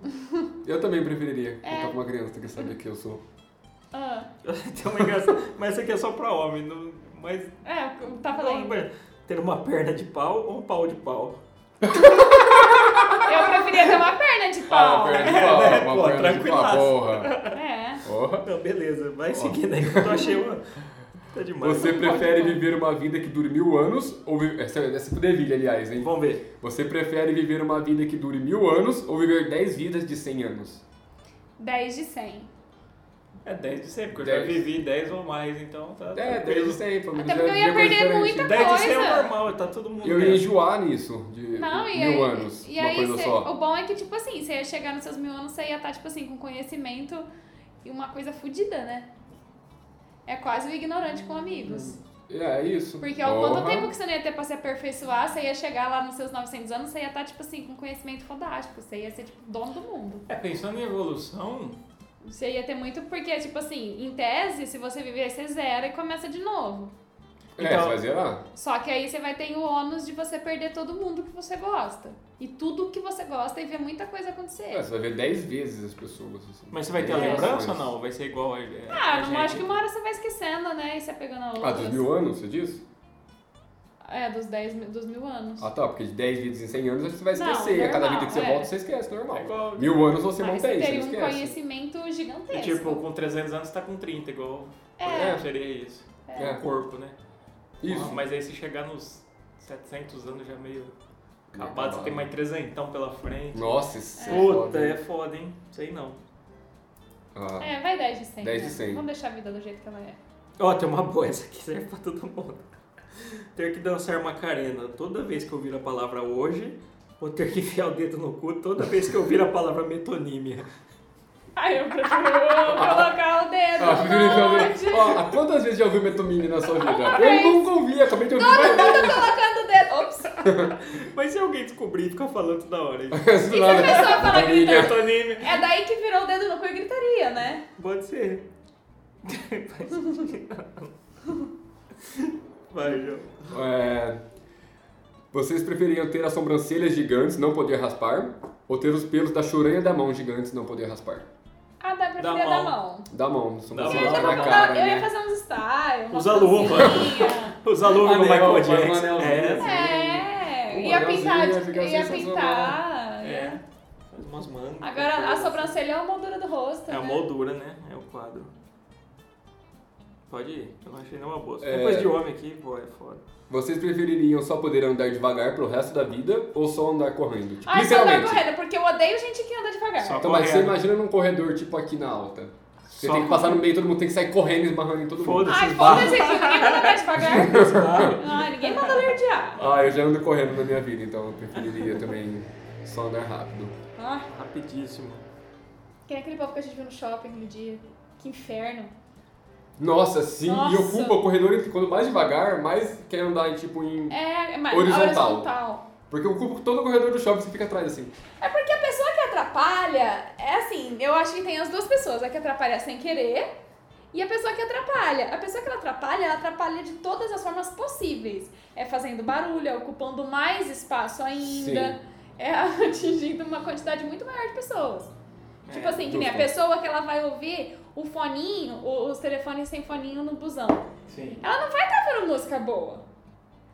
Speaker 3: Eu também preferiria contar
Speaker 2: É.
Speaker 3: pra uma criança que saber que eu sou.
Speaker 2: Ah,
Speaker 1: Tem uma engraçada. Mas isso aqui é só pra homem. Não, mas.
Speaker 2: é, tá
Speaker 1: não,
Speaker 2: falando.
Speaker 1: mas ter uma perna de pau ou um pau de pau?
Speaker 2: Eu preferia ter uma perna de
Speaker 3: Ah,
Speaker 2: pau.
Speaker 3: uma perna de pau,
Speaker 1: né?
Speaker 3: uma
Speaker 1: Pô,
Speaker 3: perna de pau,
Speaker 1: tranquilaço.
Speaker 3: porra.
Speaker 2: É.
Speaker 3: Porra.
Speaker 1: Não, beleza. Vai seguindo aí que eu achei uma. Tá demais.
Speaker 3: Você prefere viver uma vida que dure mil anos ou é, viver... Essa, essa poderia, aliás, hein?
Speaker 1: Vamos ver.
Speaker 3: Você prefere viver uma vida que dure mil anos ou viver dez vidas de cem anos?
Speaker 2: 10 de 100.
Speaker 1: É 10 de sempre, porque eu já
Speaker 3: Dez.
Speaker 1: vivi 10 ou mais, então tá.
Speaker 3: É, dez de
Speaker 1: tá preso.
Speaker 3: cem. pelo menos
Speaker 2: Até
Speaker 3: já
Speaker 2: porque
Speaker 3: vivia
Speaker 2: eu ia
Speaker 3: coisa
Speaker 2: perder
Speaker 3: diferente.
Speaker 2: muita
Speaker 1: 10 de 100 é
Speaker 2: coisa.
Speaker 1: o normal, tá todo mundo.
Speaker 3: Eu ia
Speaker 1: nessa.
Speaker 3: enjoar nisso, de
Speaker 2: Não,
Speaker 3: mil
Speaker 2: e aí,
Speaker 3: anos,
Speaker 2: e
Speaker 3: uma
Speaker 2: aí
Speaker 3: coisa
Speaker 2: cê-
Speaker 3: só.
Speaker 2: o bom é que, tipo assim, você ia chegar nos seus mil anos, você ia estar, tipo assim, com conhecimento e uma coisa fodida, né? É quase o ignorante com amigos.
Speaker 3: É, é isso.
Speaker 2: Porque ao quanto
Speaker 3: Porra.
Speaker 2: tempo que você não ia ter pra se aperfeiçoar, você ia chegar lá nos seus 900 anos, você ia estar, tipo assim, com conhecimento fodástico. Você ia ser, tipo, dono do mundo.
Speaker 1: É, pensando em evolução,
Speaker 2: Você ia ter muito, porque, tipo assim, em tese, se você viver, você zera e começa de novo.
Speaker 3: É,
Speaker 1: Então-
Speaker 3: você vai zerar.
Speaker 2: Só que aí você vai ter o ônus de você perder todo mundo que você gosta. E tudo que você gosta e ver muita coisa acontecer.
Speaker 3: É, você vai ver 10 vezes as pessoas. assim.
Speaker 1: mas você vai ter a
Speaker 3: Dez
Speaker 1: lembrança ou
Speaker 3: vezes.
Speaker 1: não? Vai ser igual a. a-
Speaker 2: Ah,
Speaker 1: a
Speaker 2: não
Speaker 1: gente?
Speaker 2: acho que uma hora você vai esquecendo, né? E você pegando a outra.
Speaker 3: Ah, dos mil anos, você diz?
Speaker 2: É, dos 10 mil- dos mil anos.
Speaker 3: Ah, tá, porque de 10 vidas em 100 anos você vai
Speaker 2: Não,
Speaker 3: esquecer. a cada
Speaker 2: normal,
Speaker 3: vida que você
Speaker 2: é.
Speaker 3: volta, você esquece, normal.
Speaker 1: É igual-
Speaker 3: Mil anos você
Speaker 2: Mas
Speaker 3: mantém, você
Speaker 2: teria
Speaker 3: não
Speaker 2: um
Speaker 3: esquece.
Speaker 2: conhecimento
Speaker 1: E,
Speaker 2: gigantesco.
Speaker 1: tipo, com 300 anos você tá com 30, igual. por
Speaker 2: É.
Speaker 1: exemplo, Seria isso.
Speaker 3: É.
Speaker 1: O corpo, né?
Speaker 3: Isso.
Speaker 1: Mas aí se chegar nos 700 anos já é meio acabado, você
Speaker 3: acabado.
Speaker 1: tem mais 300 pela frente.
Speaker 3: Nossa, isso é
Speaker 1: Puta,
Speaker 3: foda, hein?
Speaker 1: é foda, hein? Sei não.
Speaker 3: Ah,
Speaker 2: É, vai 10 de 100.
Speaker 3: 10 de
Speaker 2: né?
Speaker 3: 100.
Speaker 2: Vamos deixar a vida do jeito que ela é.
Speaker 1: Ó, tem uma boa, essa aqui serve pra todo mundo. Ter que dançar Macarena toda vez que eu ouvir a palavra hoje, ou ter que enfiar o dedo no cu toda vez que eu ouvir a palavra metonímia.
Speaker 2: Ai, eu prefiro colocar o dedo
Speaker 3: Ah, prefiro
Speaker 2: no
Speaker 3: fazer-
Speaker 2: monte.
Speaker 3: Ó, há quantas vezes já ouviu Metomini na sua vida?
Speaker 2: vez.
Speaker 3: Eu nunca ouvi, acabei de ouvir.
Speaker 2: Todo mundo tá colocando o dedo. Ops.
Speaker 1: Mas se alguém descobrir e ficar falando toda hora, hein?
Speaker 3: Isso
Speaker 2: E se
Speaker 3: não,
Speaker 2: a
Speaker 3: né?
Speaker 2: pessoa falar gritaria?
Speaker 1: metonímia.
Speaker 2: É daí que virou o dedo no cu e gritaria, né?
Speaker 1: Pode ser. Vai, João.
Speaker 3: É, Vocês preferiam ter as sobrancelhas gigantes, não poder raspar, ou ter os pelos da choranha da mão gigantes, não poder raspar?
Speaker 2: Ah, dá pra
Speaker 1: Da
Speaker 2: virar da
Speaker 1: mão.
Speaker 2: mão.
Speaker 3: Da mão,
Speaker 1: Da
Speaker 2: Eu,
Speaker 3: sobrancelha
Speaker 2: já
Speaker 1: mão.
Speaker 3: na
Speaker 2: vou
Speaker 1: Da
Speaker 3: cara,
Speaker 2: dar- eu ia
Speaker 3: né?
Speaker 2: fazer uns styles. uma
Speaker 1: Usa luva.
Speaker 2: francesinha.
Speaker 1: Os alunos do
Speaker 3: Anel,
Speaker 1: Michael
Speaker 3: faz um
Speaker 1: Jackson.
Speaker 3: anelzinho.
Speaker 2: É,
Speaker 3: Um
Speaker 2: ia pintar,
Speaker 3: anelzinho, ia ficar
Speaker 2: ia
Speaker 3: sensacional.
Speaker 2: pintar.
Speaker 1: É. é. Faz umas mangas.
Speaker 2: Agora, a sobrancelha é uma moldura do rosto,
Speaker 1: É a
Speaker 2: né?
Speaker 1: moldura, né? É o quadro. Pode ir. Eu não achei nenhuma boa.
Speaker 3: É.
Speaker 1: É... Depois de homem aqui, pô, é foda.
Speaker 3: Vocês prefeririam só poder andar devagar pro resto da vida ou só andar correndo? Tipo,
Speaker 2: Ai, só andar
Speaker 3: literalmente.
Speaker 2: correndo, porque eu odeio gente que anda devagar.
Speaker 1: Só-
Speaker 3: Então, mas você
Speaker 1: Correndo.
Speaker 3: imagina num corredor tipo aqui na alta. Você
Speaker 1: Só
Speaker 3: tem que passar no meio, todo mundo tem que sair correndo, esbarrando em todo mundo.
Speaker 1: Foda-se.
Speaker 2: Ai,
Speaker 1: esses
Speaker 2: foda-se, ninguém manda andar devagar.
Speaker 1: Claro.
Speaker 2: Ai, ninguém manda alerdear.
Speaker 3: Ah, eu já ando correndo na minha vida, então eu preferiria também só andar rápido.
Speaker 2: Ai,
Speaker 1: Rapidíssimo.
Speaker 2: que nem aquele povo que a gente viu no shopping no dia. Que inferno.
Speaker 3: Nossa, sim, e
Speaker 2: Nossa.
Speaker 3: ocupa o corredor, entre- quanto mais devagar, mais quer andar, tipo, em
Speaker 2: É, mas
Speaker 3: Horizontal.
Speaker 2: horizontal.
Speaker 3: Porque eu ocupo todo o corredor do shopping, você fica atrás assim.
Speaker 2: É porque a pessoa que atrapalha, é assim, eu acho que tem as duas pessoas, a que atrapalha sem querer e a pessoa que atrapalha. A pessoa que ela atrapalha, ela atrapalha de todas as formas possíveis. É fazendo barulho, é ocupando mais espaço ainda, é atingindo uma quantidade muito maior de pessoas. Tipo
Speaker 1: É,
Speaker 2: assim, que nem a
Speaker 3: justo.
Speaker 2: pessoa que ela vai ouvir o foninho, o- os telefones sem foninho no busão.
Speaker 1: Sim.
Speaker 2: Ela não vai estar ouvindo música tá boa.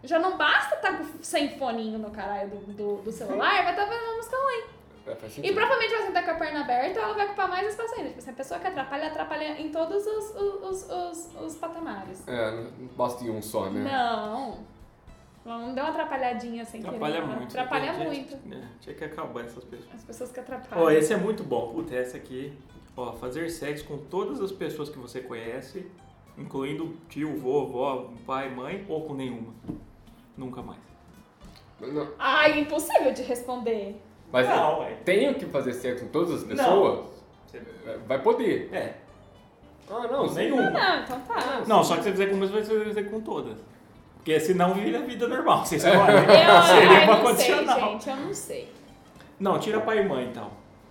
Speaker 2: Já não basta estar sem foninho no caralho do, do, do celular, vai estar fazendo uma música ruim.
Speaker 3: É, faz
Speaker 2: E
Speaker 3: sentido.
Speaker 2: provavelmente você tá com a perna aberta, ela vai ocupar mais espaço ainda. Tipo, se a pessoa que atrapalha, atrapalha em todos os, os, os, os, os patamares.
Speaker 3: É, não não basta em um só, né?
Speaker 2: Não. Não deu uma atrapalhadinha sem querer.
Speaker 1: Atrapalha
Speaker 2: né?
Speaker 1: muito.
Speaker 2: Atrapalha
Speaker 1: Tem
Speaker 2: muito.
Speaker 1: gente- né? Tinha que acabar essas pessoas.
Speaker 2: As pessoas que atrapalham.
Speaker 1: Ó, esse é muito bom. Puta, essa aqui. Ó, fazer sexo com todas as pessoas que você conhece, incluindo tio, vovó, pai, mãe, ou com nenhuma. Nunca mais.
Speaker 3: Não,
Speaker 2: Ai, impossível de responder.
Speaker 3: Mas
Speaker 1: Não,
Speaker 3: é,
Speaker 1: é.
Speaker 3: tenho que fazer sexo com todas as
Speaker 1: Não.
Speaker 3: pessoas?
Speaker 1: Você-
Speaker 3: É, Vai poder.
Speaker 1: É,
Speaker 3: Ah, não, sim. Ah,
Speaker 1: nenhuma.
Speaker 2: Não, então tá.
Speaker 1: Não, só que se você fizer com uma, você vai fazer com todas. Porque senão vira vida normal, você escolhe.
Speaker 2: Eu,
Speaker 1: Seria
Speaker 2: ai,
Speaker 1: uma
Speaker 2: não sei,
Speaker 1: condicional.
Speaker 2: gente. Eu não sei.
Speaker 1: Não, tira pai e mãe então.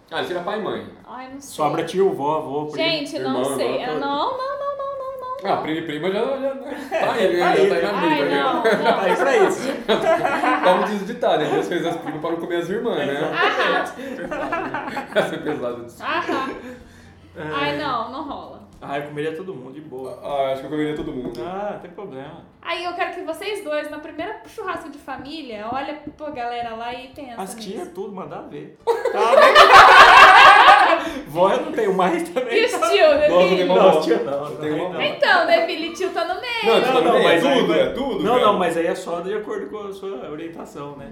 Speaker 3: Ah, tira pai e mãe.
Speaker 2: Ai, não sei.
Speaker 1: Sobra tio, vó, avô, primo.
Speaker 2: Gente, não
Speaker 3: Irmão,
Speaker 2: sei.
Speaker 3: irmã,
Speaker 2: Eu-
Speaker 3: tudo.
Speaker 2: Não, não, não, não, não, não.
Speaker 3: Ah, primo e prima já, já, tá ele,
Speaker 1: Tá
Speaker 3: né? já
Speaker 1: ele.
Speaker 3: tá aí na
Speaker 2: Ai,
Speaker 3: briga,
Speaker 2: não,
Speaker 3: né?
Speaker 2: não.
Speaker 1: Aí É pra isso.
Speaker 3: Como diz o ditado, né? Deus fez as primas para não comer as irmãs, né?
Speaker 2: Tá Aham,
Speaker 3: Essa é pesada disso.
Speaker 2: aham.
Speaker 1: É.
Speaker 2: Ai, não, não rola.
Speaker 1: Ah, eu comeria todo mundo, de boa.
Speaker 3: Ah, acho que eu comeria todo mundo.
Speaker 1: Ah, não tem problema.
Speaker 2: Aí eu quero que vocês dois, na primeira churrasco de família, olha pra galera lá e pensa
Speaker 1: As tias,
Speaker 2: nisso.
Speaker 1: tudo, mandar ver. Tá, né? Vó eu não tenho mais também.
Speaker 2: E os
Speaker 1: então.
Speaker 2: tio, né,
Speaker 3: Nossa,
Speaker 2: filho?
Speaker 3: tem uma-
Speaker 1: Não, os tio não.
Speaker 3: Eu
Speaker 1: Eu
Speaker 3: tenho
Speaker 1: tenho
Speaker 3: uma-
Speaker 2: Então, né, filho? Tio tá no meio.
Speaker 3: Não, tipo, é tudo,
Speaker 1: aí-
Speaker 3: é tudo,
Speaker 1: Não,
Speaker 3: cara.
Speaker 1: não, mas aí é só de acordo com a sua orientação, né?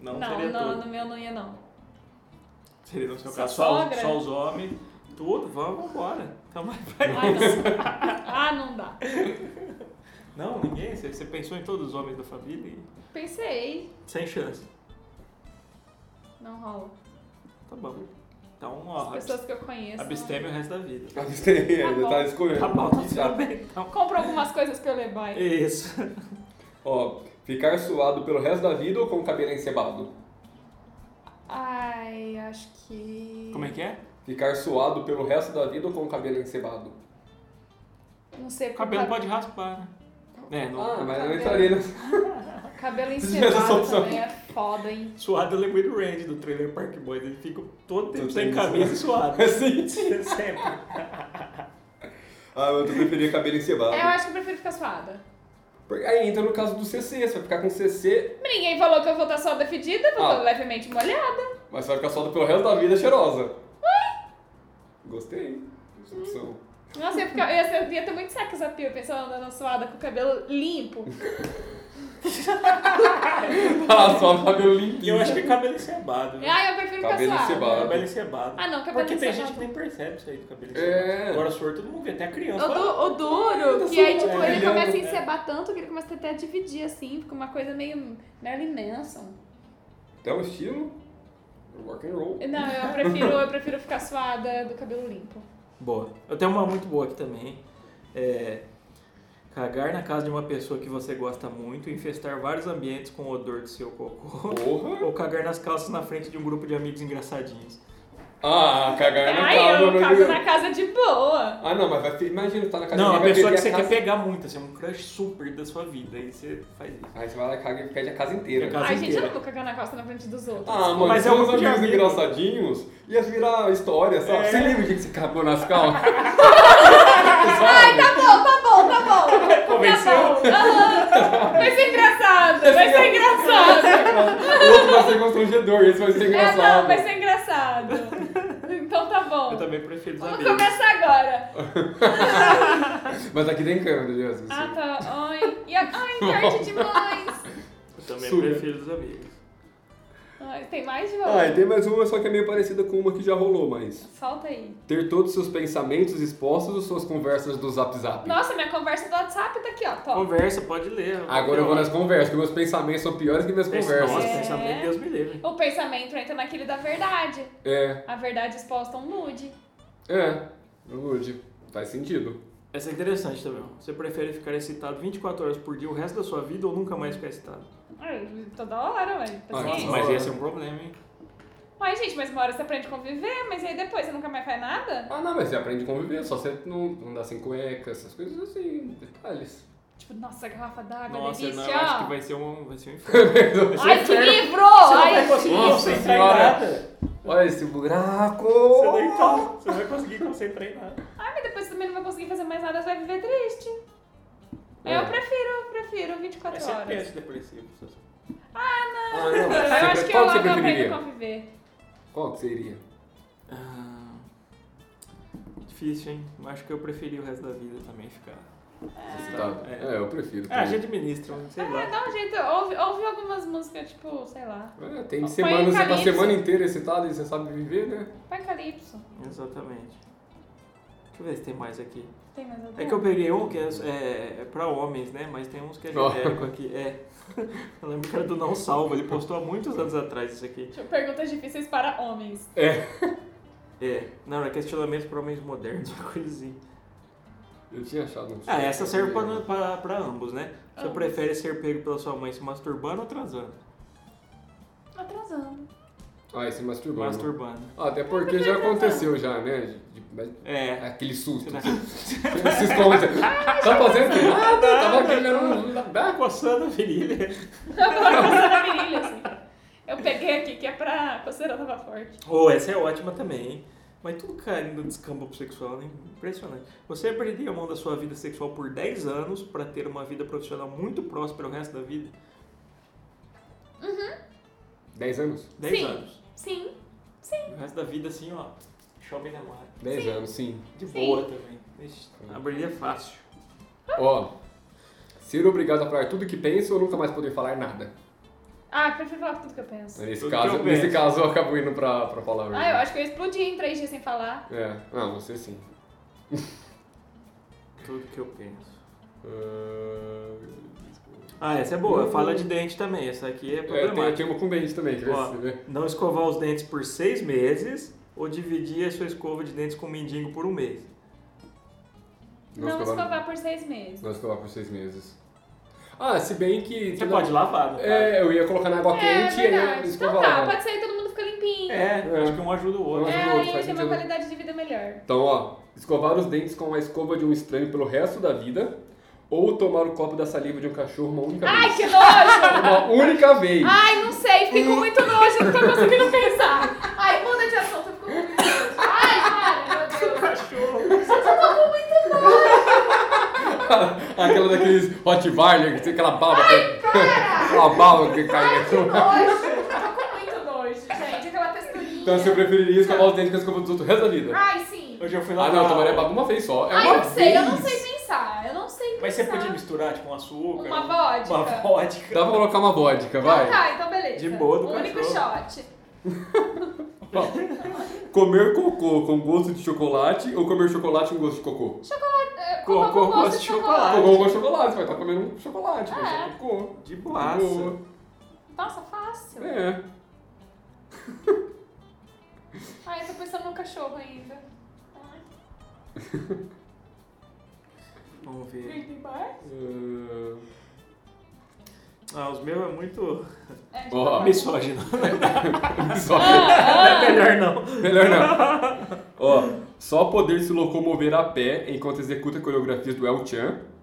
Speaker 1: Não,
Speaker 2: Hum. Não,
Speaker 1: seria
Speaker 2: não,
Speaker 1: tudo.
Speaker 2: no meu não ia, não.
Speaker 1: Seria no seu
Speaker 2: Sua
Speaker 1: caso só, os-
Speaker 2: sogra.
Speaker 1: só os homens, tudo, vamos embora. Então, mas vai
Speaker 2: Ai, não. Ah, não dá.
Speaker 1: Não, ninguém. Você, você pensou em todos os homens da família e
Speaker 2: Pensei.
Speaker 1: sem chance.
Speaker 2: Não rola.
Speaker 1: Tá bom. Então,
Speaker 2: As
Speaker 1: ó,
Speaker 2: pessoas que eu conheço. não-
Speaker 1: absteme o resto da vida.
Speaker 3: Ainda tá escolhendo.
Speaker 1: Tá bom, tá tudo bem. Então,
Speaker 2: Compro algumas coisas que eu levar.
Speaker 1: isso.
Speaker 3: Ó, ficar suado pelo resto da vida ou com o cabelo encebado?
Speaker 2: Ai, acho que.
Speaker 1: Como é que é?
Speaker 3: Ficar suado pelo resto da vida ou com o cabelo encebado?
Speaker 2: Não sei.
Speaker 1: O
Speaker 2: porque
Speaker 1: é? cabelo
Speaker 2: cab-
Speaker 1: pode raspar,
Speaker 2: Tá
Speaker 1: né? É, não-
Speaker 3: Ah, mas eu
Speaker 2: cabelo.
Speaker 3: entraria nessa.
Speaker 2: Cabelo
Speaker 3: Essa
Speaker 2: encebado
Speaker 3: opção.
Speaker 2: também é foda, hein?
Speaker 1: Suado eu lembrei do Randy do trailer Park Boys. Ele fica todo tempo
Speaker 3: Todo
Speaker 1: sem
Speaker 3: tempo
Speaker 1: camisa e suado.
Speaker 3: Sim.
Speaker 1: Sempre.
Speaker 3: Ah, eu preferia cabelo encebado.
Speaker 2: É, eu acho que eu prefiro ficar suada.
Speaker 3: Porque Aí entra no caso do CC, você vai ficar com CC,
Speaker 2: Ninguém falou que eu vou estar suada fedida, eu vou estar
Speaker 3: Ah.
Speaker 2: levemente molhada.
Speaker 3: mas você vai ficar suado pelo resto da vida cheirosa. Gostei.
Speaker 2: Hum?
Speaker 3: Essa opção.
Speaker 2: Nossa, eu ia, ficar, eu ia, ser- eu ia ter muito sex appeal pensando andando suada com o cabelo limpo.
Speaker 3: Ah, só o cabelo limpinho.
Speaker 1: Eu acho que é cabelo encebado. né?
Speaker 2: Ai, eu prefiro
Speaker 3: Então, Cabelo
Speaker 2: ficar suada.
Speaker 3: encebado.
Speaker 1: Cabelo encebado.
Speaker 2: Ah, não, cabelo
Speaker 1: Porque tem
Speaker 2: encebado.
Speaker 1: gente que nem percebe isso aí do cabelo
Speaker 3: É.
Speaker 1: encebado. Agora suor todo mundo vê, até a criança.
Speaker 2: O,
Speaker 1: fala,
Speaker 2: du- o duro, que aí, tipo,
Speaker 1: É,
Speaker 2: ele
Speaker 3: é,
Speaker 2: começa
Speaker 3: é.
Speaker 2: a encebar tanto que ele começa até a dividir, assim, fica uma coisa meio Marilyn Manson.
Speaker 3: Então, estilo. Rock and roll.
Speaker 2: Não, eu prefiro, eu prefiro ficar suada do cabelo limpo.
Speaker 1: Boa. Eu tenho uma muito boa aqui também. É, cagar na casa de uma pessoa que você gosta muito, infestar vários ambientes com o odor do seu cocô.
Speaker 3: Porra!
Speaker 1: Ou cagar nas calças na frente de um grupo de amigos engraçadinhos.
Speaker 3: Ah, cagar na
Speaker 2: Ai,
Speaker 3: casa.
Speaker 2: eu
Speaker 3: meu
Speaker 2: cago
Speaker 3: Deus.
Speaker 2: na casa de boa.
Speaker 3: Ah, não, mas vai, fi- imagina, tá na casa
Speaker 1: Não,
Speaker 3: de
Speaker 1: a
Speaker 3: alguém, vai
Speaker 1: pessoa que
Speaker 3: perder
Speaker 1: você
Speaker 3: a casa.
Speaker 1: quer pegar muito, assim, um crush super da sua vida. Aí você faz isso.
Speaker 3: Aí você vai lá, caga e pede a casa inteira.
Speaker 1: A casa-
Speaker 2: Ai, gente, eu
Speaker 1: inteira.
Speaker 2: não vou cagar na costa na frente dos outros.
Speaker 3: Ah, mano,
Speaker 1: Mas
Speaker 3: se
Speaker 1: é um
Speaker 3: fosse
Speaker 1: grupo de
Speaker 3: amigos
Speaker 1: amigos.
Speaker 3: engraçadinhos, ia virar história, sabe?
Speaker 1: É.
Speaker 3: Você lembra o dia que você cagou nas calças?
Speaker 2: Ai, tá bom, tá bom, tá bom.
Speaker 1: Convenceu?
Speaker 2: Tá bom. Aham. Vai ser engraçado, vai ser engraçado.
Speaker 3: o outro vai ser constrangedor, esse vai ser
Speaker 2: É,
Speaker 3: engraçado.
Speaker 2: não, vai ser engraçado. Então tá bom.
Speaker 1: Eu também prefiro os
Speaker 2: Vamos
Speaker 1: amigos.
Speaker 2: começar agora.
Speaker 3: Mas aqui tem câmera, assim. Jesus.
Speaker 2: Ah, tá. Ai, e a... Ai tarde demais.
Speaker 1: Eu também
Speaker 3: Suga.
Speaker 1: prefiro os amigos.
Speaker 2: Ai, tem mais de
Speaker 3: Ah, e
Speaker 2: volta?
Speaker 3: tem mais uma, só que é meio parecida com uma que já rolou, mas...
Speaker 2: Solta aí.
Speaker 3: Ter todos os seus pensamentos expostos ou suas conversas do Zap Zap?
Speaker 2: Nossa, minha conversa do WhatsApp tá aqui, ó. Top.
Speaker 1: Conversa, pode ler.
Speaker 3: Agora eu vou nas conversas, porque meus pensamentos são piores que minhas
Speaker 1: conversas. Nossa,
Speaker 3: conversas.
Speaker 2: É.
Speaker 1: pensamento, Deus me livre.
Speaker 2: O pensamento entra naquele da verdade.
Speaker 3: É,
Speaker 2: A verdade exposta a um nude.
Speaker 3: é, Lude, faz sentido.
Speaker 1: Essa é interessante também. ó. Você prefere ficar excitado 24 horas por dia o resto da sua vida ou nunca mais ficar excitado?
Speaker 2: Ai, toda hora, ué.
Speaker 3: Nossa,
Speaker 2: Paciência.
Speaker 1: mas esse é um problema, hein?
Speaker 2: Ai, gente, mas uma hora você aprende a conviver, mas aí depois você nunca mais faz nada?
Speaker 3: Ah, não, mas você aprende a conviver, só você não não andar sem cueca, essas coisas assim, detalhes.
Speaker 2: Tipo, nossa, garrafa d'água,
Speaker 1: Nossa,
Speaker 2: delícia.
Speaker 1: não, eu acho que vai ser um, vai ser um inferno.
Speaker 2: Ai, que
Speaker 1: Você
Speaker 2: livro!
Speaker 1: não
Speaker 2: Ai,
Speaker 1: vai conseguir
Speaker 3: Nossa
Speaker 1: concentrar em
Speaker 3: senhora.
Speaker 1: nada.
Speaker 3: Olha esse buraco!
Speaker 1: Você não, então, você não vai conseguir concentrar em nada.
Speaker 2: ai, mas depois você também não vai conseguir fazer mais nada, você vai viver triste.
Speaker 1: É.
Speaker 2: Eu prefiro, eu prefiro 24
Speaker 1: Mas É sempre tem
Speaker 2: horas.
Speaker 1: esse depressivo. essas-
Speaker 3: Ah, não.
Speaker 2: Eu acho
Speaker 3: Você-
Speaker 2: que eu
Speaker 3: qual que
Speaker 2: amo
Speaker 3: você
Speaker 2: aprender
Speaker 3: preferiria?
Speaker 2: a conviver.
Speaker 3: Qual que seria?
Speaker 1: Ah, difícil, hein? Eu acho que eu preferi o resto da vida também ficar.
Speaker 3: Você tá-
Speaker 1: é.
Speaker 3: É, eu prefiro.
Speaker 1: Ah, a
Speaker 3: também.
Speaker 1: gente administra, sei
Speaker 2: Ah,
Speaker 1: lá.
Speaker 2: dá um jeito, ouve, ouve algumas músicas, tipo, sei lá,
Speaker 3: É, tem
Speaker 2: Põe
Speaker 3: semana, você tá
Speaker 2: calypso.
Speaker 3: semana inteira excitado e você sabe viver, né?
Speaker 2: Pai Calypso.
Speaker 1: Exatamente. Deixa eu ver se tem mais aqui.
Speaker 2: Tem mais alguma?
Speaker 1: É que eu peguei um que é, é, é pra homens, né? Mas tem uns que é
Speaker 3: Ó.
Speaker 1: genérico aqui. É. Eu lembro que era do Não Salvo, ele postou há muitos anos atrás isso aqui.
Speaker 2: Tipo, Perguntas difíceis para homens.
Speaker 1: É. Não, era questionamento pra homens modernos, uma coisa assim.
Speaker 3: Eu tinha achado um
Speaker 1: Ah, essa serve pra,
Speaker 3: não.
Speaker 1: pra, pra ambos, né? Você
Speaker 2: Ambos.
Speaker 1: prefere ser pego pela sua mãe se masturbando ou transando?
Speaker 2: Atrasando.
Speaker 3: Ah, esse masturbando.
Speaker 1: Masturbando.
Speaker 3: Ah, até porque já aconteceu já, né? De- de- mas-
Speaker 1: É.
Speaker 3: Aquele susto.
Speaker 1: Você
Speaker 3: se esconde. tá fazendo nada, tava aqui
Speaker 1: Tá
Speaker 3: olhando.
Speaker 1: coçando a virilha.
Speaker 2: Agora coceira na virilha, assim. Eu peguei aqui que é pra coceira tava forte.
Speaker 1: Ou essa é ótima também, hein? Mas tudo caindo descamba pro sexual, né? Impressionante. Você perderia a mão da sua vida sexual por 10 anos pra ter uma vida profissional muito próspera o resto da vida?
Speaker 3: 10 anos?
Speaker 1: 10
Speaker 2: Sim.
Speaker 1: anos.
Speaker 2: Sim.
Speaker 1: O resto da vida, assim, ó. Chove na mar.
Speaker 3: 10
Speaker 2: Sim.
Speaker 3: anos, sim.
Speaker 1: De
Speaker 2: Sim.
Speaker 1: boa também. Ixi, abriria fácil.
Speaker 3: Ó. Ser obrigado a falar tudo que pensa ou nunca mais poder falar nada.
Speaker 2: Ah, eu prefiro falar tudo que eu penso.
Speaker 3: Mas Nesse
Speaker 1: Tudo que
Speaker 3: caso,
Speaker 1: eu penso.
Speaker 3: nesse caso eu acabo indo pra, pra falar. a
Speaker 2: Ah, eu
Speaker 3: verdade.
Speaker 2: acho que eu explodi em três dias sem falar.
Speaker 3: É, não, você sim.
Speaker 1: Tudo que eu penso.
Speaker 3: Ah,
Speaker 1: Ah, essa é boa. Fala de dente também. Essa aqui é
Speaker 3: é, tem,
Speaker 1: problemática.
Speaker 3: tem uma com dente também, quer né? ver
Speaker 1: Ó.
Speaker 3: se você vê?
Speaker 1: Não escovar os dentes por 6 meses ou dividir a sua escova de dentes com o mendigo por um mês.
Speaker 3: Não
Speaker 2: Não
Speaker 3: escovar-
Speaker 2: escovar por seis meses.
Speaker 3: Não escovar por seis meses. Ah, se bem que.
Speaker 1: Você pode lavar, né? não
Speaker 3: É, eu ia colocar na água
Speaker 2: é
Speaker 3: quente e aí eu
Speaker 2: verdade. Então
Speaker 3: escovava. né?
Speaker 2: tá, pode sair todo mundo fica limpinho.
Speaker 1: É,
Speaker 3: É.
Speaker 1: acho que um ajuda o
Speaker 3: Um
Speaker 1: outro.
Speaker 3: ajuda
Speaker 2: É,
Speaker 3: o outro,
Speaker 2: aí
Speaker 3: faz
Speaker 2: tem uma
Speaker 3: sentido.
Speaker 2: qualidade de vida melhor.
Speaker 3: Então, ó, escovar os dentes com a escova de um estranho pelo resto da vida ou tomar o copo da saliva de um cachorro uma única
Speaker 2: Ai,
Speaker 3: vez.
Speaker 2: que nojo!
Speaker 3: Uma única vez.
Speaker 2: Ai, não sei, fico com muito nojo, não tô conseguindo pensar. Ai, muda de assunto, eu fico com muito nojo. Ai, cara, meu Deus.
Speaker 1: Cachorro.
Speaker 3: Aquela daqueles Rottweiler, que tem aquela baba. aquela baba que cai
Speaker 2: Ai, que
Speaker 3: dentro.
Speaker 2: nojo. Tô com muito nojo, gente. Aquela texturinha.
Speaker 3: Então, se eu preferiria escovar os dentes com a escova dos outros o resto da vida.
Speaker 2: Ai, sim.
Speaker 1: Hoje eu fui lá.
Speaker 3: Ah, não, eu tomaria baba uma vez só. É
Speaker 2: Ai,
Speaker 3: uma
Speaker 2: eu não sei, eu não
Speaker 3: vez.
Speaker 2: sei pensar. Eu não sei pensar.
Speaker 1: Mas você podia misturar, tipo, um açúcar.
Speaker 2: Uma
Speaker 1: um-
Speaker 2: vodka.
Speaker 1: Uma vodka.
Speaker 3: Dá pra colocar uma vodka,
Speaker 2: Então
Speaker 3: vai.
Speaker 2: tá, então beleza.
Speaker 1: De boa do
Speaker 2: Um único
Speaker 1: cachorro.
Speaker 2: shot.
Speaker 3: Ó, comer cocô com gosto de chocolate ou comer chocolate com gosto de cocô?
Speaker 2: Chocolate. eh,
Speaker 1: Com-
Speaker 2: Cocô
Speaker 1: com
Speaker 2: com
Speaker 1: gosto
Speaker 2: gosto
Speaker 1: de
Speaker 2: de
Speaker 1: chocolate.
Speaker 2: chocolate.
Speaker 3: Cocô com chocolate, você vai estar comendo um chocolate, vai
Speaker 2: É.
Speaker 3: ser cocô.
Speaker 1: De
Speaker 3: Boa.
Speaker 1: boaça.
Speaker 2: Nossa, fácil.
Speaker 3: É.
Speaker 2: Ai, eu tô pensando no cachorro ainda.
Speaker 1: Vamos ver.
Speaker 2: Creepy bar?
Speaker 3: Ah,
Speaker 1: Ah, os meus é muito
Speaker 2: É, de
Speaker 3: Ó.
Speaker 2: boa.
Speaker 1: misógino.
Speaker 3: só-
Speaker 1: É melhor não.
Speaker 3: Melhor não. Ó, só poder se locomover a pé enquanto executa coreografias do El Chan.
Speaker 2: Ô,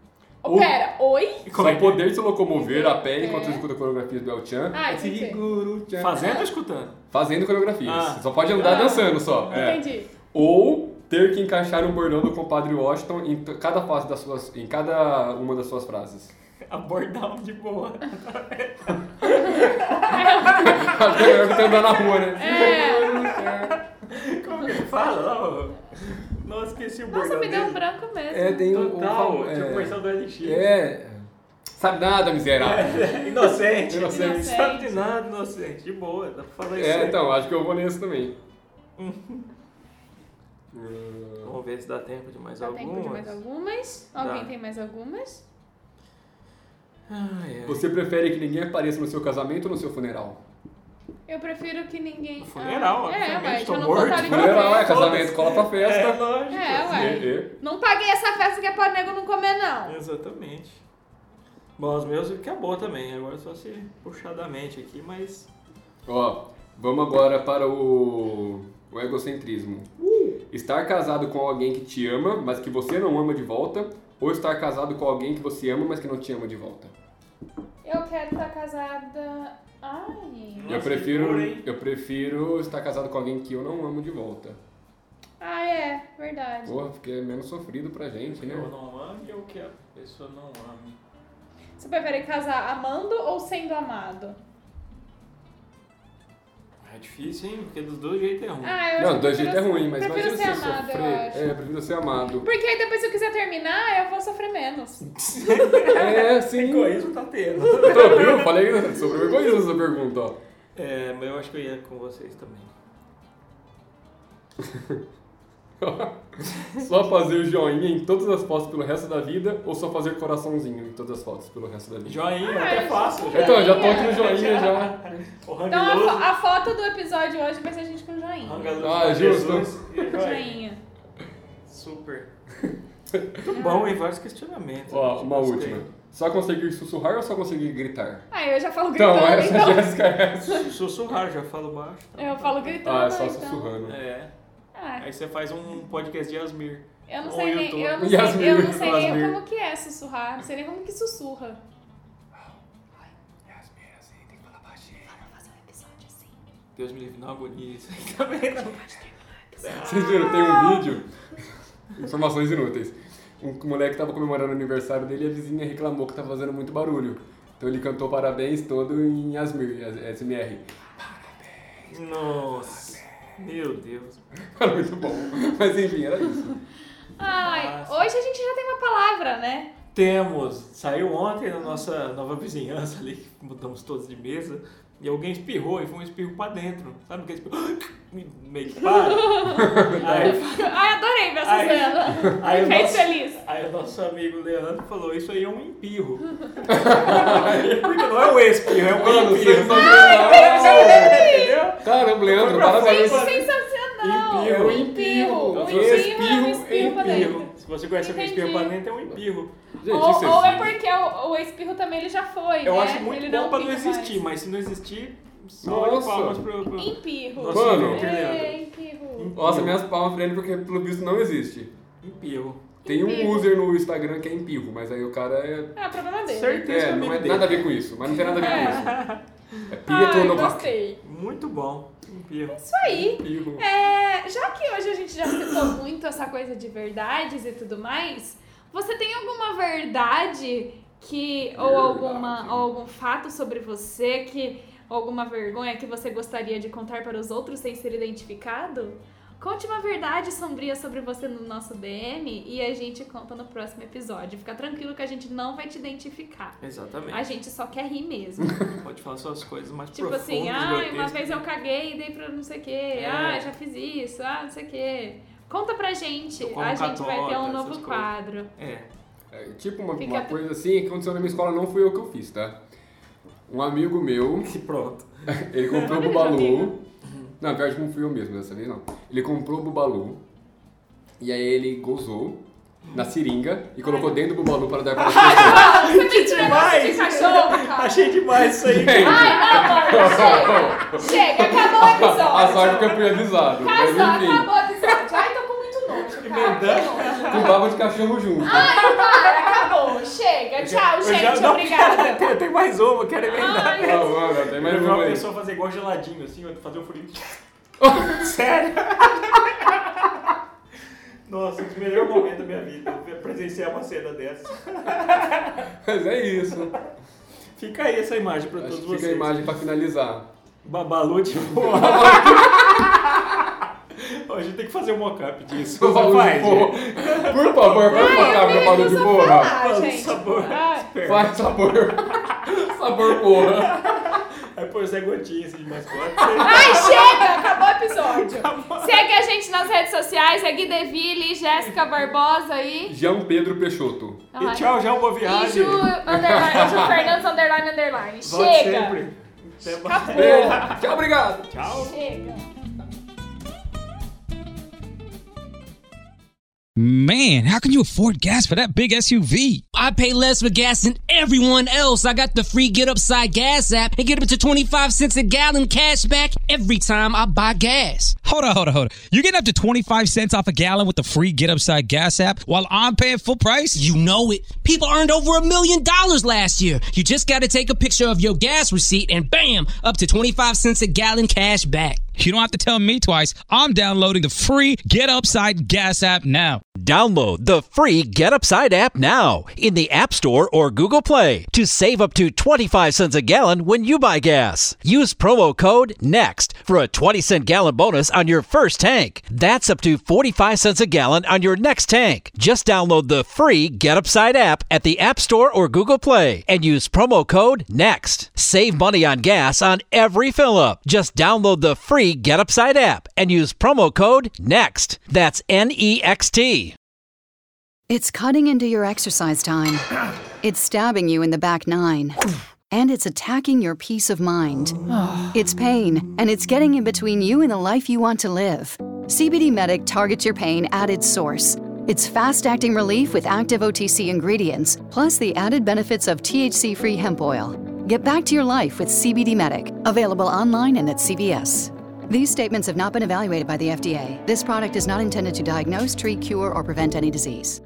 Speaker 2: Oh, Pera, oi?
Speaker 1: Como é
Speaker 3: Só
Speaker 1: que-
Speaker 3: poder se locomover a pé
Speaker 2: É.
Speaker 3: enquanto executa coreografias do El Chan.
Speaker 1: É
Speaker 2: Ai, Ah, entendi.
Speaker 1: Fazendo ou escutando?
Speaker 3: Fazendo coreografias.
Speaker 1: Ah.
Speaker 3: Só pode andar
Speaker 2: Ah.
Speaker 3: dançando só. É.
Speaker 2: Entendi.
Speaker 3: Ou ter que encaixar um bordão do compadre Washington em t- cada fase das suas. em cada uma das suas frases.
Speaker 1: Abordar um de boa.
Speaker 3: Acho que é melhor que ter andar na rua, né?
Speaker 1: Como que ele fala? lá, ô? Nossa, esqueci o
Speaker 2: Nossa,
Speaker 1: bordão
Speaker 2: me deu um
Speaker 1: dele.
Speaker 2: branco mesmo.
Speaker 3: É, tem um. um
Speaker 1: Total,
Speaker 3: fal-
Speaker 1: tipo
Speaker 3: é.
Speaker 1: versão do É. LX.
Speaker 3: É. Sabe nada, miserável.
Speaker 1: Inocente.
Speaker 3: Inocente.
Speaker 1: Não sabe de nada, inocente. De boa, dá pra falar isso.
Speaker 3: É,
Speaker 1: aí.
Speaker 3: então, acho que eu vou nesse também. Ah,
Speaker 1: Vamos ver se dá tempo de mais
Speaker 2: Dá tempo de
Speaker 1: algumas.
Speaker 2: mais algumas?
Speaker 1: Dá.
Speaker 2: Alguém tem mais algumas?
Speaker 1: Ai, ai.
Speaker 3: Você prefere que ninguém apareça no seu casamento ou no seu funeral?
Speaker 2: Eu prefiro que ninguém.
Speaker 1: Funeral,
Speaker 2: ah, É,
Speaker 1: obviamente,
Speaker 2: mas
Speaker 1: tô
Speaker 2: eu não
Speaker 1: morto.
Speaker 2: vou estar em
Speaker 3: Funeral é
Speaker 2: ninguém.
Speaker 3: casamento, cola pra
Speaker 1: É,
Speaker 3: festa.
Speaker 1: lógico.
Speaker 2: É, ué.
Speaker 3: E- e-
Speaker 2: Não paguei essa festa que é pra nego não comer, não.
Speaker 1: Exatamente. Bom, os meus acabou também. Agora é só se puxar da mente aqui, mas.
Speaker 3: Ó, vamos agora para o, o egocentrismo.
Speaker 1: Uh!
Speaker 3: Estar casado com alguém que te ama, mas que você não ama de volta, ou estar casado com alguém que você ama, mas que não te ama de volta.
Speaker 2: Eu quero estar casada. Ai.
Speaker 1: Nossa,
Speaker 3: eu
Speaker 1: que duro,
Speaker 3: prefiro,
Speaker 1: hein?
Speaker 3: eu prefiro estar casado com alguém que eu não amo de volta.
Speaker 2: Ah, é, verdade.
Speaker 3: Porra, porque é menos sofrido pra gente, né?
Speaker 1: Eu não ame ou que a pessoa não ame.
Speaker 2: Você prefere casar amando ou sendo amado?
Speaker 1: É difícil, hein? Porque dos dois jeitos é ruim.
Speaker 2: Ah, eu acho
Speaker 3: Não,
Speaker 2: que
Speaker 3: dois
Speaker 2: prefiro
Speaker 3: jeitos é ruim, mas
Speaker 2: prefiro
Speaker 3: imagina
Speaker 2: ser
Speaker 3: você
Speaker 2: amado,
Speaker 3: sofrer.
Speaker 2: eu acho.
Speaker 3: É, prefiro ser amado.
Speaker 2: Porque aí depois se eu quiser terminar, eu vou sofrer
Speaker 1: Tá
Speaker 2: menos.
Speaker 3: É, sim.
Speaker 1: Egoísmo tá tendo.
Speaker 3: Então, viu? Eu Falei sobre o egoísmo essa pergunta, ó.
Speaker 1: É, mas eu acho que eu ia com vocês também.
Speaker 3: Só fazer o joinha em todas as fotos pelo resto da vida ou só fazer coraçãozinho em todas as fotos pelo resto da vida?
Speaker 1: Joinha,
Speaker 2: Ah,
Speaker 1: até
Speaker 2: eu
Speaker 1: fácil.
Speaker 2: sou
Speaker 3: Então, eu já tô aqui no joinha já.
Speaker 2: Então a, fo-
Speaker 1: O Rangeloso.
Speaker 2: a foto do episódio hoje vai ser a gente com joinha.
Speaker 3: Ah, justo.
Speaker 1: Joinha.
Speaker 2: Joinha.
Speaker 1: Super. Muito bom, hein? Vários questionamentos.
Speaker 3: Ó, uma
Speaker 1: Gostei.
Speaker 3: última. Só conseguir sussurrar ou só conseguir gritar?
Speaker 2: Ah, eu já falo
Speaker 3: Então,
Speaker 2: gritando, então.
Speaker 3: essa Jéssica é essa.
Speaker 1: Sussurrar, já falo baixo. tá?
Speaker 2: Eu falo gritando,
Speaker 3: Ah, é só
Speaker 2: então.
Speaker 3: sussurrando.
Speaker 1: É.
Speaker 2: Ah,
Speaker 1: Aí você faz um podcast de Asmir.
Speaker 2: eu não
Speaker 1: Ou
Speaker 2: sei nem,
Speaker 1: YouTube.
Speaker 2: eu não
Speaker 3: Yasmin,
Speaker 2: sei, eu não sei nem
Speaker 3: Yasmin.
Speaker 2: como que é sussurrar, não sei nem como que sussurra.
Speaker 5: um assim.
Speaker 1: Deus me livre, não agonize. Também não.
Speaker 3: Vocês viram, tem um vídeo. Informações inúteis. Um moleque tava comemorando o aniversário dele e a vizinha reclamou que tava fazendo muito barulho. Então ele cantou parabéns todo em Asmir, SMR.
Speaker 1: Nossa. Meu Deus.
Speaker 3: Era muito bom. Mas enfim, era isso.
Speaker 2: Ai,
Speaker 1: Nossa.
Speaker 2: hoje a gente já tem uma palavra, né?
Speaker 1: Temos, saiu ontem na nossa nova vizinhança ali, que mudamos todos de mesa, e alguém espirrou e foi um espirro pra dentro. Sabe aquele espirro? Meio que para. aí,
Speaker 2: Ai, adorei ver a
Speaker 1: Ai.
Speaker 2: Suzana.
Speaker 1: Ai,
Speaker 2: Me fez
Speaker 1: nossa.
Speaker 2: feliz.
Speaker 1: aí o nosso amigo Leandro falou, isso aí é um empirro. Porque não é um espirro, é um
Speaker 3: Mano,
Speaker 1: empirro.
Speaker 3: sensacional!
Speaker 1: Entendeu?
Speaker 3: Caramba, Leandro,
Speaker 1: Foi pra
Speaker 3: parabéns!
Speaker 1: frente.
Speaker 2: Sensacional!
Speaker 3: Empirro,
Speaker 2: empirro.
Speaker 3: empirro.
Speaker 2: O empirro é um
Speaker 3: Espirro,
Speaker 2: espirro pra dentro.
Speaker 1: Empirro. Se você conhece alguém
Speaker 2: Entendi.
Speaker 1: espirro pra dentro, é um empirro.
Speaker 3: Gente,
Speaker 2: ou,
Speaker 3: isso
Speaker 2: ou é
Speaker 3: assim.
Speaker 2: porque o, o espirro também ele já foi,
Speaker 1: Eu
Speaker 2: né?
Speaker 1: acho muito
Speaker 2: ele
Speaker 1: bom pra não
Speaker 2: fica mais.
Speaker 1: existir, mas se não existir, só de
Speaker 3: Nossa.
Speaker 1: palmas pro... pro...
Speaker 2: Empirro.
Speaker 1: Nossa,
Speaker 3: Mano.
Speaker 1: Leandro.
Speaker 2: É, empirro.
Speaker 3: Nossa, minhas palmas pra ele porque pelo visto não existe.
Speaker 1: Empirro.
Speaker 3: Tem um
Speaker 2: Empirro.
Speaker 3: user no Instagram que é empirro, mas aí o cara é.
Speaker 2: Ah, problema dele.
Speaker 1: Certeza
Speaker 3: É, não
Speaker 1: que amigo
Speaker 3: é
Speaker 1: dele. Ah,
Speaker 3: nada a ver com isso, mas não tem nada a ver com isso. É
Speaker 2: Ai,
Speaker 3: Pietro
Speaker 2: gostei.
Speaker 1: Muito bom. Empirro.
Speaker 2: Isso aí.
Speaker 3: Empirro.
Speaker 2: É, já que hoje a gente já citou muito essa coisa de verdades e tudo mais, você tem alguma verdade que ou alguma
Speaker 3: Verdade.
Speaker 2: ou algum fato sobre você que ou alguma vergonha que você gostaria de contar para os outros sem ser identificado? Conte uma verdade sombria sobre você no nosso DM e a gente conta no próximo episódio. Fica tranquilo que a gente não vai te identificar. A
Speaker 1: Exatamente.
Speaker 2: gente só quer rir mesmo.
Speaker 1: Pode falar suas coisas mais
Speaker 2: Tipo
Speaker 1: profundas.
Speaker 2: assim, ah,
Speaker 1: grotescas.
Speaker 2: uma vez eu caguei e dei pra não sei o quê.
Speaker 1: né?" É.
Speaker 2: Ah, já fiz isso. Ah, não sei o quê. Conta pra gente.
Speaker 1: Eu como
Speaker 2: A gente vai ter
Speaker 1: catota,
Speaker 2: um
Speaker 1: essas
Speaker 2: novo
Speaker 1: coisas.
Speaker 2: quadro.
Speaker 1: É.
Speaker 3: É, tipo uma,
Speaker 2: Fica-
Speaker 3: uma coisa assim que aconteceu na minha escola, não fui eu que eu fiz, tá? Um amigo meu,
Speaker 1: E pronto.
Speaker 3: ele comprou o
Speaker 2: Olha que
Speaker 3: Bubalu.
Speaker 2: amigo.
Speaker 3: Na verdade, não fui eu mesmo dessa vez, não. Ele comprou o Bubalu e aí ele gozou na seringa e colocou dentro do Bubalu para dar para as pessoas.
Speaker 2: Ah, você tem que
Speaker 1: demais!
Speaker 2: de cachorro, cara.
Speaker 1: Achei demais isso aí.
Speaker 3: Gente,
Speaker 2: Ai, não, mano. Chega. Chega. Acabou o
Speaker 3: A sorte que
Speaker 2: episódio.
Speaker 3: eu fui avisado. Mas
Speaker 2: Casou.
Speaker 3: enfim,
Speaker 2: Acabou o episódio. Ai, tô com muito nojo, cara. Que
Speaker 1: Emendando.
Speaker 2: nojo.
Speaker 3: com baba de cachorro junto.
Speaker 2: Ai, para. Acabou. Chega. Tchau,
Speaker 1: Eu
Speaker 2: gente.
Speaker 1: não,
Speaker 2: Obrigada.
Speaker 1: Tem, tem mais uma, eu quero emendar.
Speaker 2: Ai,
Speaker 3: Ah, mano, tem mais
Speaker 1: eu vi
Speaker 3: uma
Speaker 1: uma
Speaker 3: aí.
Speaker 1: pessoa fazer igual geladinho, assim, ó, fazer o furinho. Sério? Nossa, é o melhor momento da minha vida, presenciar uma cena dessa.
Speaker 3: Mas é isso.
Speaker 1: Fica aí essa imagem pra
Speaker 3: Acho
Speaker 1: todos
Speaker 3: que
Speaker 1: vocês.
Speaker 3: fica a imagem pra finalizar.
Speaker 1: Babalu de boa. Ó, A gente tem que fazer um mock-up disso.
Speaker 3: Babalu de
Speaker 1: Faz,
Speaker 3: porra.
Speaker 1: gente.
Speaker 3: Por favor, faz uma
Speaker 2: Ai,
Speaker 3: cabra
Speaker 2: eu
Speaker 3: balu de
Speaker 2: preciso
Speaker 3: porra.
Speaker 2: falar,
Speaker 1: Fala do
Speaker 2: gente.
Speaker 1: sabor.
Speaker 2: Ai.
Speaker 3: Faz sabor. Sabor porra.
Speaker 1: Aí põe o Zé Gotinha assim de mascote.
Speaker 2: Ai, chega! Acabou o episódio. Segue a gente nas redes sociais, é Gui Deville, Jéssica Barbosa aí.
Speaker 3: Jean Pedro Peixoto.
Speaker 1: E tchau, já boa
Speaker 2: E
Speaker 1: viagem.
Speaker 2: Ju, underline, Ju Fernandes, underline, underline.
Speaker 1: Volte
Speaker 2: Chega!
Speaker 1: sempre. Até mais.
Speaker 2: Acabou.
Speaker 3: Beijo. Tchau, obrigado.
Speaker 1: Tchau.
Speaker 2: Chega!
Speaker 6: Man, how can you afford gas for that big SUV?
Speaker 7: I pay less for gas than everyone else. I got the free Get Upside Gas app and get up to 25 cents a gallon cash back every time I buy gas.
Speaker 6: Hold on, hold on, hold on. You're getting up to 25 cents off a gallon with the free Get Upside Gas app while I'm paying full price?
Speaker 7: You know it. People earned over a million dollars last year. You just got to take a picture of your gas receipt and bam, up to 25 cents a gallon cash back.
Speaker 6: You don't have to tell me twice. I'm downloading the free Get Upside Gas app now.
Speaker 8: Download the free Get Upside app now in the App Store or Google Play to save up to 25 cents a gallon when you buy gas. Use promo code NEXT for a 20 cent gallon bonus on your first tank. That's up to 45 cents a gallon on your next tank. Just download the free Get Upside app at the App Store or Google Play and use promo code NEXT. Save money on gas on every fill up. Just download the free Get Upside app and use promo code NEXT. That's N E X T.
Speaker 5: It's cutting into your exercise time. It's stabbing you in the back nine. And it's attacking your peace of mind. It's pain, and it's getting in between you and the life you want to live. CBD Medic targets your pain at its source. It's fast acting relief with active OTC ingredients, plus the added benefits of THC free hemp oil. Get back to your life with CBD Medic, available online and at CVS. These statements have not been evaluated by the FDA. This product is not intended to diagnose, treat, cure, or prevent any disease.